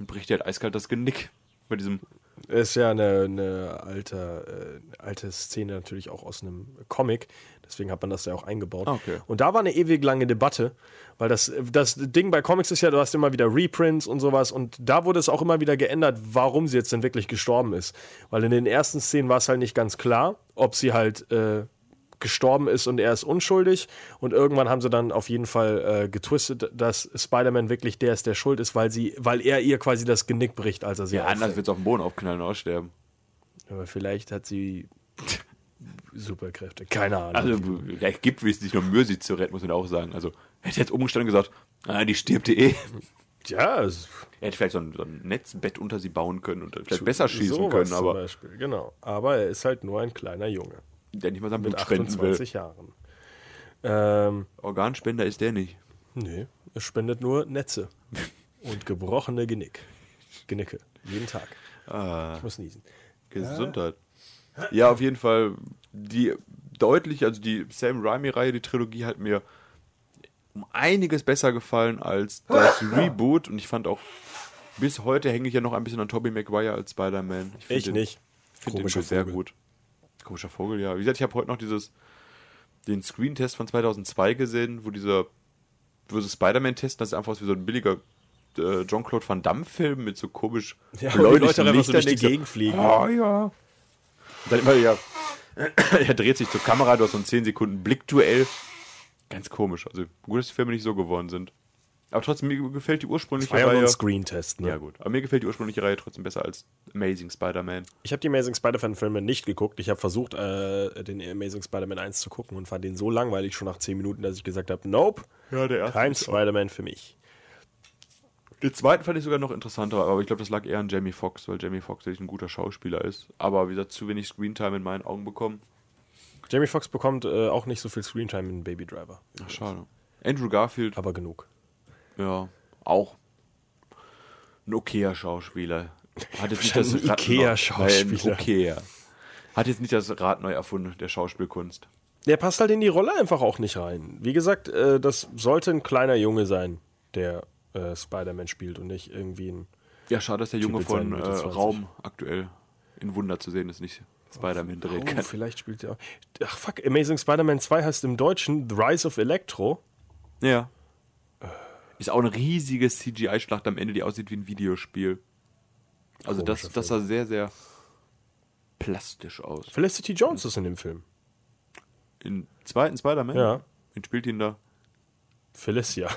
Und bricht ihr halt eiskalt das Genick. Bei diesem, Ist ja eine, eine alte, äh, alte Szene natürlich auch aus einem Comic. Deswegen hat man das ja auch eingebaut. Ah, okay. Und da war eine ewig lange Debatte, weil das, das Ding bei Comics ist ja, du hast immer wieder Reprints und sowas. Und da wurde es auch immer wieder geändert, warum sie jetzt denn wirklich gestorben ist. Weil in den ersten Szenen war es halt nicht ganz klar, ob sie halt äh, gestorben ist und er ist unschuldig. Und irgendwann haben sie dann auf jeden Fall äh, getwistet, dass Spider-Man wirklich der ist, der schuld ist, weil, sie, weil er ihr quasi das Genick bricht, als er sie ja, auffängt. anders wird es auf dem Boden aufknallen und aussterben. Aber vielleicht hat sie <laughs> Superkräfte. Keine Ahnung. Also, vielleicht gibt es nicht nur Mühe, sie zu retten, muss man auch sagen. Also, hätte jetzt umgestanden und gesagt, ah, die stirbt eh. ja, es- Er hätte vielleicht so ein, so ein Netzbett unter sie bauen können und dann vielleicht besser schießen sowas können, zum aber Beispiel, genau. Aber er ist halt nur ein kleiner Junge der nicht mal sein mit Blut spenden will. 28 Jahren. Ähm, Organspender ist der nicht. nee, er spendet nur <laughs> Netze und gebrochene Genick. Genicke. Jeden Tag. Ich muss niesen. Ah, Gesundheit. Ja, auf jeden Fall. Die deutlich, also die Sam Raimi-Reihe, die Trilogie hat mir um einiges besser gefallen als das Reboot. Und ich fand auch, bis heute hänge ich ja noch ein bisschen an Tobey Maguire als Spider-Man. find Ich den- nicht. Finde den Komischer schon sehr Vogel. gut. Komischer Vogel, ja. Wie gesagt, ich habe heute noch dieses den Screen-Test von 2002 gesehen, wo dieser wo sie Spider-Man testen, das ist einfach aus wie so ein billiger äh, Jean-Claude Van Damme-Film mit so komisch <laughs> Ja, wo die Leute einfach so durch die links. Gegend fliegen. Ah, ja. Und dann immer, ja. <clears throat> er dreht sich zur Kamera, du hast so ein 10 Sekunden Blickduell. Ganz komisch. Also gut, dass die Filme nicht so geworden sind. Aber trotzdem, mir gefällt die ursprüngliche War ja nur Reihe. ein Screen-Test. Ne? Ja, gut. Aber mir gefällt die ursprüngliche Reihe trotzdem besser als Amazing Spider-Man. Ich habe die Amazing Spider-Man-Filme nicht geguckt. Ich habe versucht, äh, den Amazing Spider-Man 1 zu gucken und fand den so langweilig schon nach 10 Minuten, dass ich gesagt habe, nope, Ja, der erste kein ist auch- Spider-Man für mich. Den zweiten fand ich sogar noch interessanter, aber ich glaube, das lag eher an Jamie Foxx, weil Jamie Foxx wirklich ein guter Schauspieler ist. Aber wie gesagt, zu wenig Screentime in meinen Augen bekommen. Jamie Foxx bekommt äh, auch nicht so viel Screentime in Baby Driver. Ach, schade. Andrew Garfield, Aber genug. ja, auch ein okayer Schauspieler. Hat jetzt Wahrscheinlich ein Rad neu- Ikea-Schauspieler. Nein, okayer. Hat jetzt nicht das Rad neu erfunden, der Schauspielkunst. Der passt halt in die Rolle einfach auch nicht rein. Wie gesagt, äh, das sollte ein kleiner Junge sein, der äh, Spider-Man spielt und nicht irgendwie ein. Ja, schade, dass der Junge wird sein von äh, Mitte 20. Raum aktuell in Wunder zu sehen ist, nicht Spider-Man drehen Oh, kann. vielleicht spielt er. Ach fuck, Amazing Spider-Man 2 heißt im Deutschen The Rise of Electro. Ja. Äh, Ist auch eine riesige CGI-Schlacht am Ende, die aussieht wie ein Videospiel. Also das, Komischer das sah sehr, sehr plastisch aus. Felicity Jones ist in dem Film. Im zweiten Spider-Man? Ja. Wen spielt ihn da? Felicia.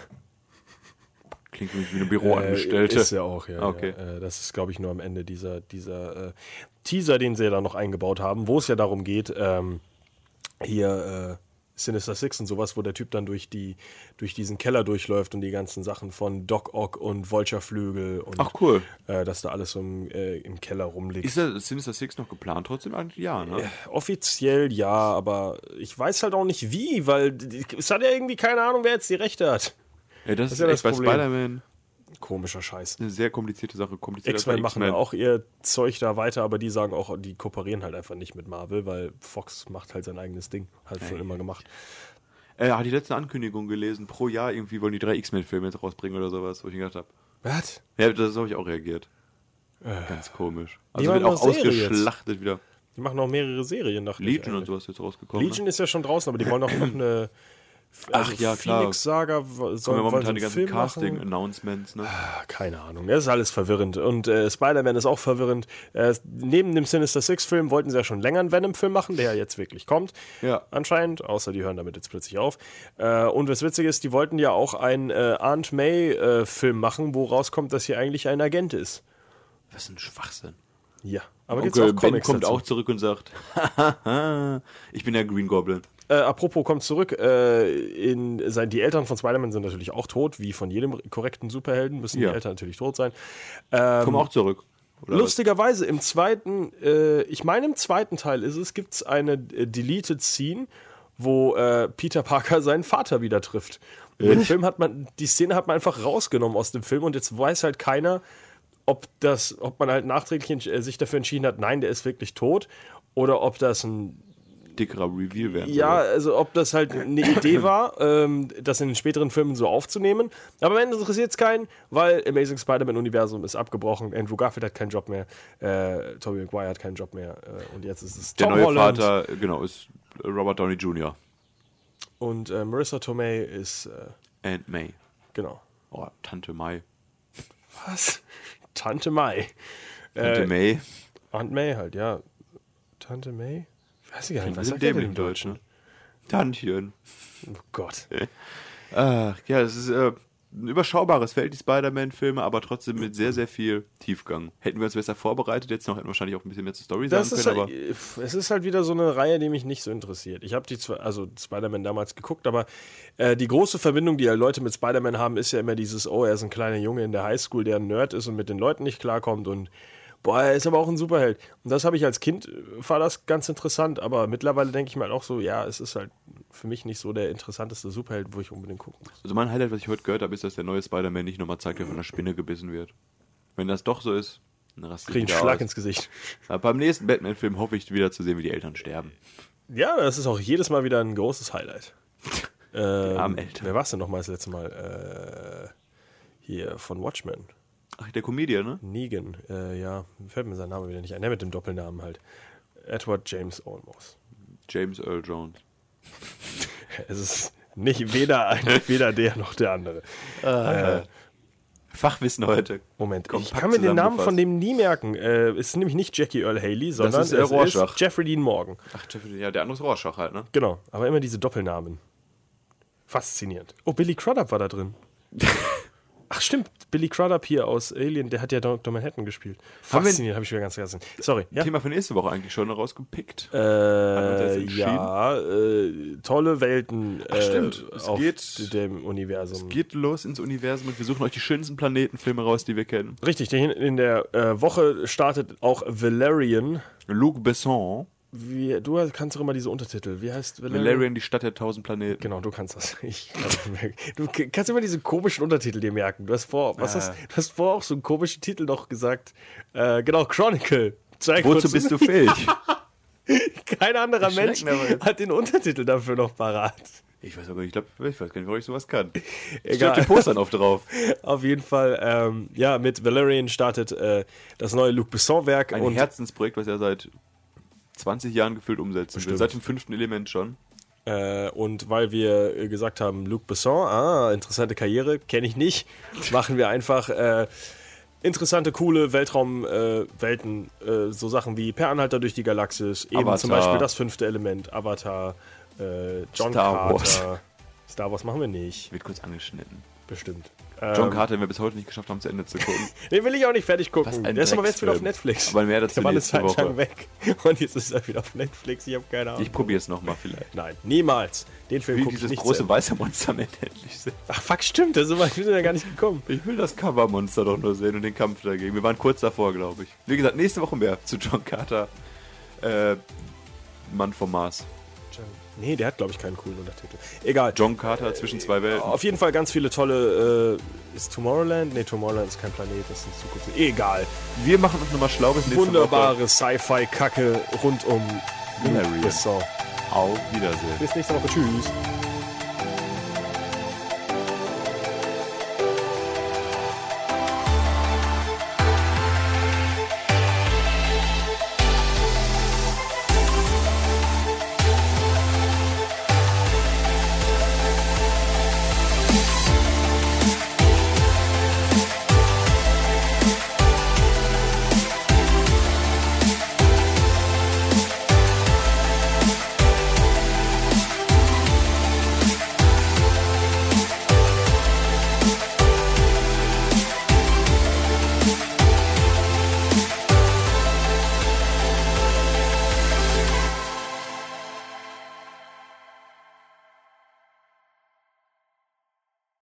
Klingt irgendwie wie eine Büroangestellte. Äh, ist ja auch, ja. Ah, okay. ja. Äh, das ist, glaube ich, nur am Ende dieser, dieser äh, Teaser, den sie ja da noch eingebaut haben, wo es ja darum geht, ähm, hier äh, Sinister Six und sowas, wo der Typ dann durch, die, durch diesen Keller durchläuft und die ganzen Sachen von Doc Ock und Vulture-Flügel und Ach, cool. äh, dass da alles im, äh, im Keller rumliegt. Äh, Ist der Sinister Six noch geplant trotzdem? Eigentlich Ja, ne? Offiziell ja, aber ich weiß halt auch nicht wie, weil d- d- es hat ja irgendwie keine Ahnung, wer jetzt die Rechte hat. Ja, das, ist ja echt das bei Problem. Spider-Man Komischer Scheiß. eine sehr komplizierte Sache. Kompliziert X-Men machen ja auch ihr Zeug da weiter, aber die sagen auch, die kooperieren halt einfach nicht mit Marvel, weil Fox macht halt sein eigenes Ding. Hat schon immer gemacht. Äh, hat die letzte Ankündigung gelesen. Pro Jahr irgendwie wollen die drei X-Men-Filme jetzt rausbringen oder sowas, wo ich mir gedacht habe. Was? Ja, das habe ich auch reagiert. Ganz komisch. Äh. die Also machen wird auch noch Serie jetzt. ausgeschlachtet wieder. Die machen auch mehrere Serien nach Legion und sowas ist jetzt rausgekommen. ne? Legion ist ja schon draußen, aber die wollen auch <clears throat> noch eine also Ach ja, klar. Phoenix Saga soll ne? ja wollen sie momentan einen die ganzen Film machen. Casting-Announcements, ne? Ah, Keine Ahnung, das ist alles verwirrend. Und äh, Spider-Man ist auch verwirrend. Äh, neben dem Sinister Six-Film wollten sie ja schon länger einen Venom-Film machen, der ja jetzt wirklich kommt. Ja. Anscheinend, außer die hören damit jetzt plötzlich auf. Äh, und was witzig ist, die wollten ja auch einen äh, Aunt May-Film äh, machen, wo rauskommt, dass sie eigentlich ein Agent ist. Was ein Schwachsinn. Ja. Aber gibt's Onkel auch Ben Comics kommt dazu. auch zurück und sagt, <laughs> ich bin der Green Goblin. Äh, apropos, kommt zurück. Äh, in, sein, die Eltern von Spider-Man sind natürlich auch tot, wie von jedem korrekten Superhelden müssen Ja. die Eltern natürlich tot sein. Ähm, Komm auch zurück. Oder Lustigerweise im zweiten, äh, ich meine im zweiten Teil ist es, gibt es eine äh, deleted Scene, wo äh, Peter Parker seinen Vater wieder trifft. Und Den Film hat man, die Szene hat man einfach rausgenommen aus dem Film und jetzt weiß halt keiner, ob das, ob man halt nachträglich entsch- äh, sich dafür entschieden hat, nein, der ist wirklich tot, oder ob das ein was? dickerer Reveal werden. ja, soll. also ob das <coughs> halt eine Idee war, ähm, das in den späteren Filmen so aufzunehmen. Aber am Ende interessiert es keinen, weil Amazing Spider-Man-Universum ist abgebrochen. Andrew Garfield hat keinen Job mehr. Äh, Tobey Maguire hat keinen Job mehr. Äh, und jetzt ist es Der Tom neue Holland. Vater, äh, genau, ist äh, Robert Downey Jr. Und äh, Marissa Tomei ist, äh, Aunt May. <laughs> genau. Oh, Tante May. Was? Tante Mai. Tante Äh, May. Aunt May halt, ja. Tante May? Ich weiß gar nicht, was Was sagt ist der dem denn im im Deutschen? Deutschen? Tantchen. Oh Gott. Ach, ja, es ist äh, ein überschaubares Feld, die Spider-Man-Filme, aber trotzdem mit sehr, sehr viel Tiefgang. Hätten wir uns besser vorbereitet, jetzt noch hätten wir wahrscheinlich auch ein bisschen mehr zur Story Das sagen ist können, halt, aber es ist halt wieder so eine Reihe, die mich nicht so interessiert. Ich habe die zwei, also Spider-Man damals geguckt, aber äh, die große Verbindung, die ja Leute mit Spider-Man haben, ist ja immer dieses, oh, er ist ein kleiner Junge in der Highschool, der ein Nerd ist und mit den Leuten nicht klarkommt und boah, er ist aber auch ein Superheld. Und das habe ich als Kind, äh, war das ganz interessant, aber mittlerweile denke ich mal auch so, ja, es ist halt für mich nicht so der interessanteste Superheld, wo ich unbedingt gucken muss. also mein Highlight, was ich heute gehört habe, ist, dass der neue Spider-Man nicht nochmal zeigt, wie er von einer Spinne gebissen wird. Wenn das doch so ist, dann raste ich Krieg einen wieder Schlag aus. ins Gesicht. Aber beim nächsten Batman-Film hoffe ich wieder zu sehen, wie die Eltern sterben. Ja, das ist auch jedes Mal wieder ein großes <laughs> Highlight. Ähm, armen Eltern. wer war es denn nochmal das letzte Mal? Äh, hier von Watchmen. Ach, der Comedian, ne? Negan. Äh, ja, fällt mir sein Name wieder nicht ein. Der mit dem Doppelnamen halt. Edward James Olmos. James Earl Jones. Es ist nicht weder, <laughs> ein, weder der noch der andere. Äh, Fachwissen heute. Moment, ich Kompakt kann mir den Namen zusammengefasst. von dem nie merken. Äh, es ist nämlich nicht Jackie Earl Haley, sondern ist, äh, es Rorschach. ist Jeffrey Dean Morgan. Ach, Jeffrey- ja, der andere ist Rorschach halt, ne? Genau, aber <laughs> immer diese Doppelnamen. Faszinierend. Oh, Billy Crudup war da drin. Ach stimmt, Billy Crudup hier aus Alien, der hat ja Dr. Manhattan gespielt. Haben wir- Faszinierend, habe ich wieder ganz vergessen. Sorry. Ja, Thema für nächste Woche eigentlich schon rausgepickt. uns das äh, entschieden? ja äh, tolle Welten äh, stimmt, es auf geht- dem Universum. Geht los ins Universum und wir suchen euch die schönsten Planetenfilme raus, die wir kennen. Richtig, denn in der äh, Woche startet auch Valerian. Luc Besson, Wie, du kannst doch immer diese Untertitel. Wie heißt Valerian? Valerian, die Stadt der tausend Planeten. Genau, du kannst das. <laughs> Ich kann das nicht merken. du k- kannst immer diese komischen Untertitel dir merken. Du hast vor, was Ja. hast, du hast vor auch so einen komischen Titel noch gesagt. Äh, genau, Chronicle. Zeig Wozu uns- bist du <laughs> fähig? <laughs> Kein anderer Die Mensch Schnecken aber- hat den Untertitel dafür noch parat. Ich weiß aber, ich glaube, ich weiß gar nicht, warum ich sowas kann. Ich Egal. habe die Postern auf drauf. <laughs> Auf jeden Fall, ähm, ja, mit Valerian startet äh, das neue Luc Besson-Werk. Ein und Herzensprojekt, was er seit 20 Jahren gefühlt umsetzen will. Bestimmt. Seit dem fünften Element schon. Äh, und weil wir äh, gesagt haben, Luc Besson, ah, interessante Karriere, kenne ich nicht, machen wir einfach äh, interessante, coole Weltraumwelten, äh, Welten, äh, so Sachen wie Per Anhalter durch die Galaxis, eben Avatar. zum Beispiel das fünfte Element, Avatar, äh, John Star Carter. Wars. Star Wars machen wir nicht, Wird kurz angeschnitten. bestimmt. Äh, John Carter, den wir bis heute nicht geschafft haben, zu Ende zu <laughs> gucken. Den will ich auch nicht fertig gucken. Der ist aber jetzt wieder auf Drecksfilm. Netflix. Aber mehr dazu Der war eine nächste Zeit lang Woche. weg <laughs> und jetzt ist er wieder auf Netflix. Ich habe keine Ahnung. Ich probiere es nochmal vielleicht. Nein, niemals. Den Film Wie gucke ich dieses nicht. große zu Ende. weiße Monster am Ende endlich sehen. Ach, fuck, stimmt. Da sind wir, wir sind ja gar nicht gekommen. Ich will das Covermonster doch nur sehen und den Kampf dagegen. Wir waren kurz davor, glaube ich. Wie gesagt, nächste Woche mehr zu John Carter. Äh, Mann vom Mars. Nee, der hat, glaube ich, keinen coolen Untertitel. Egal. Äh, John Carter zwischen zwei Welten. Auf jeden Fall ganz viele tolle. Äh, ist Tomorrowland? Nee, Tomorrowland ist kein Planet, das ist eine Zukunft. Egal. Wir machen uns nochmal schlau bis nächste Woche. Wunderbare Sci-Fi-Kacke rund um Hilarious. Besson. Auf Wiedersehen. Bis nächste Woche. Tschüss.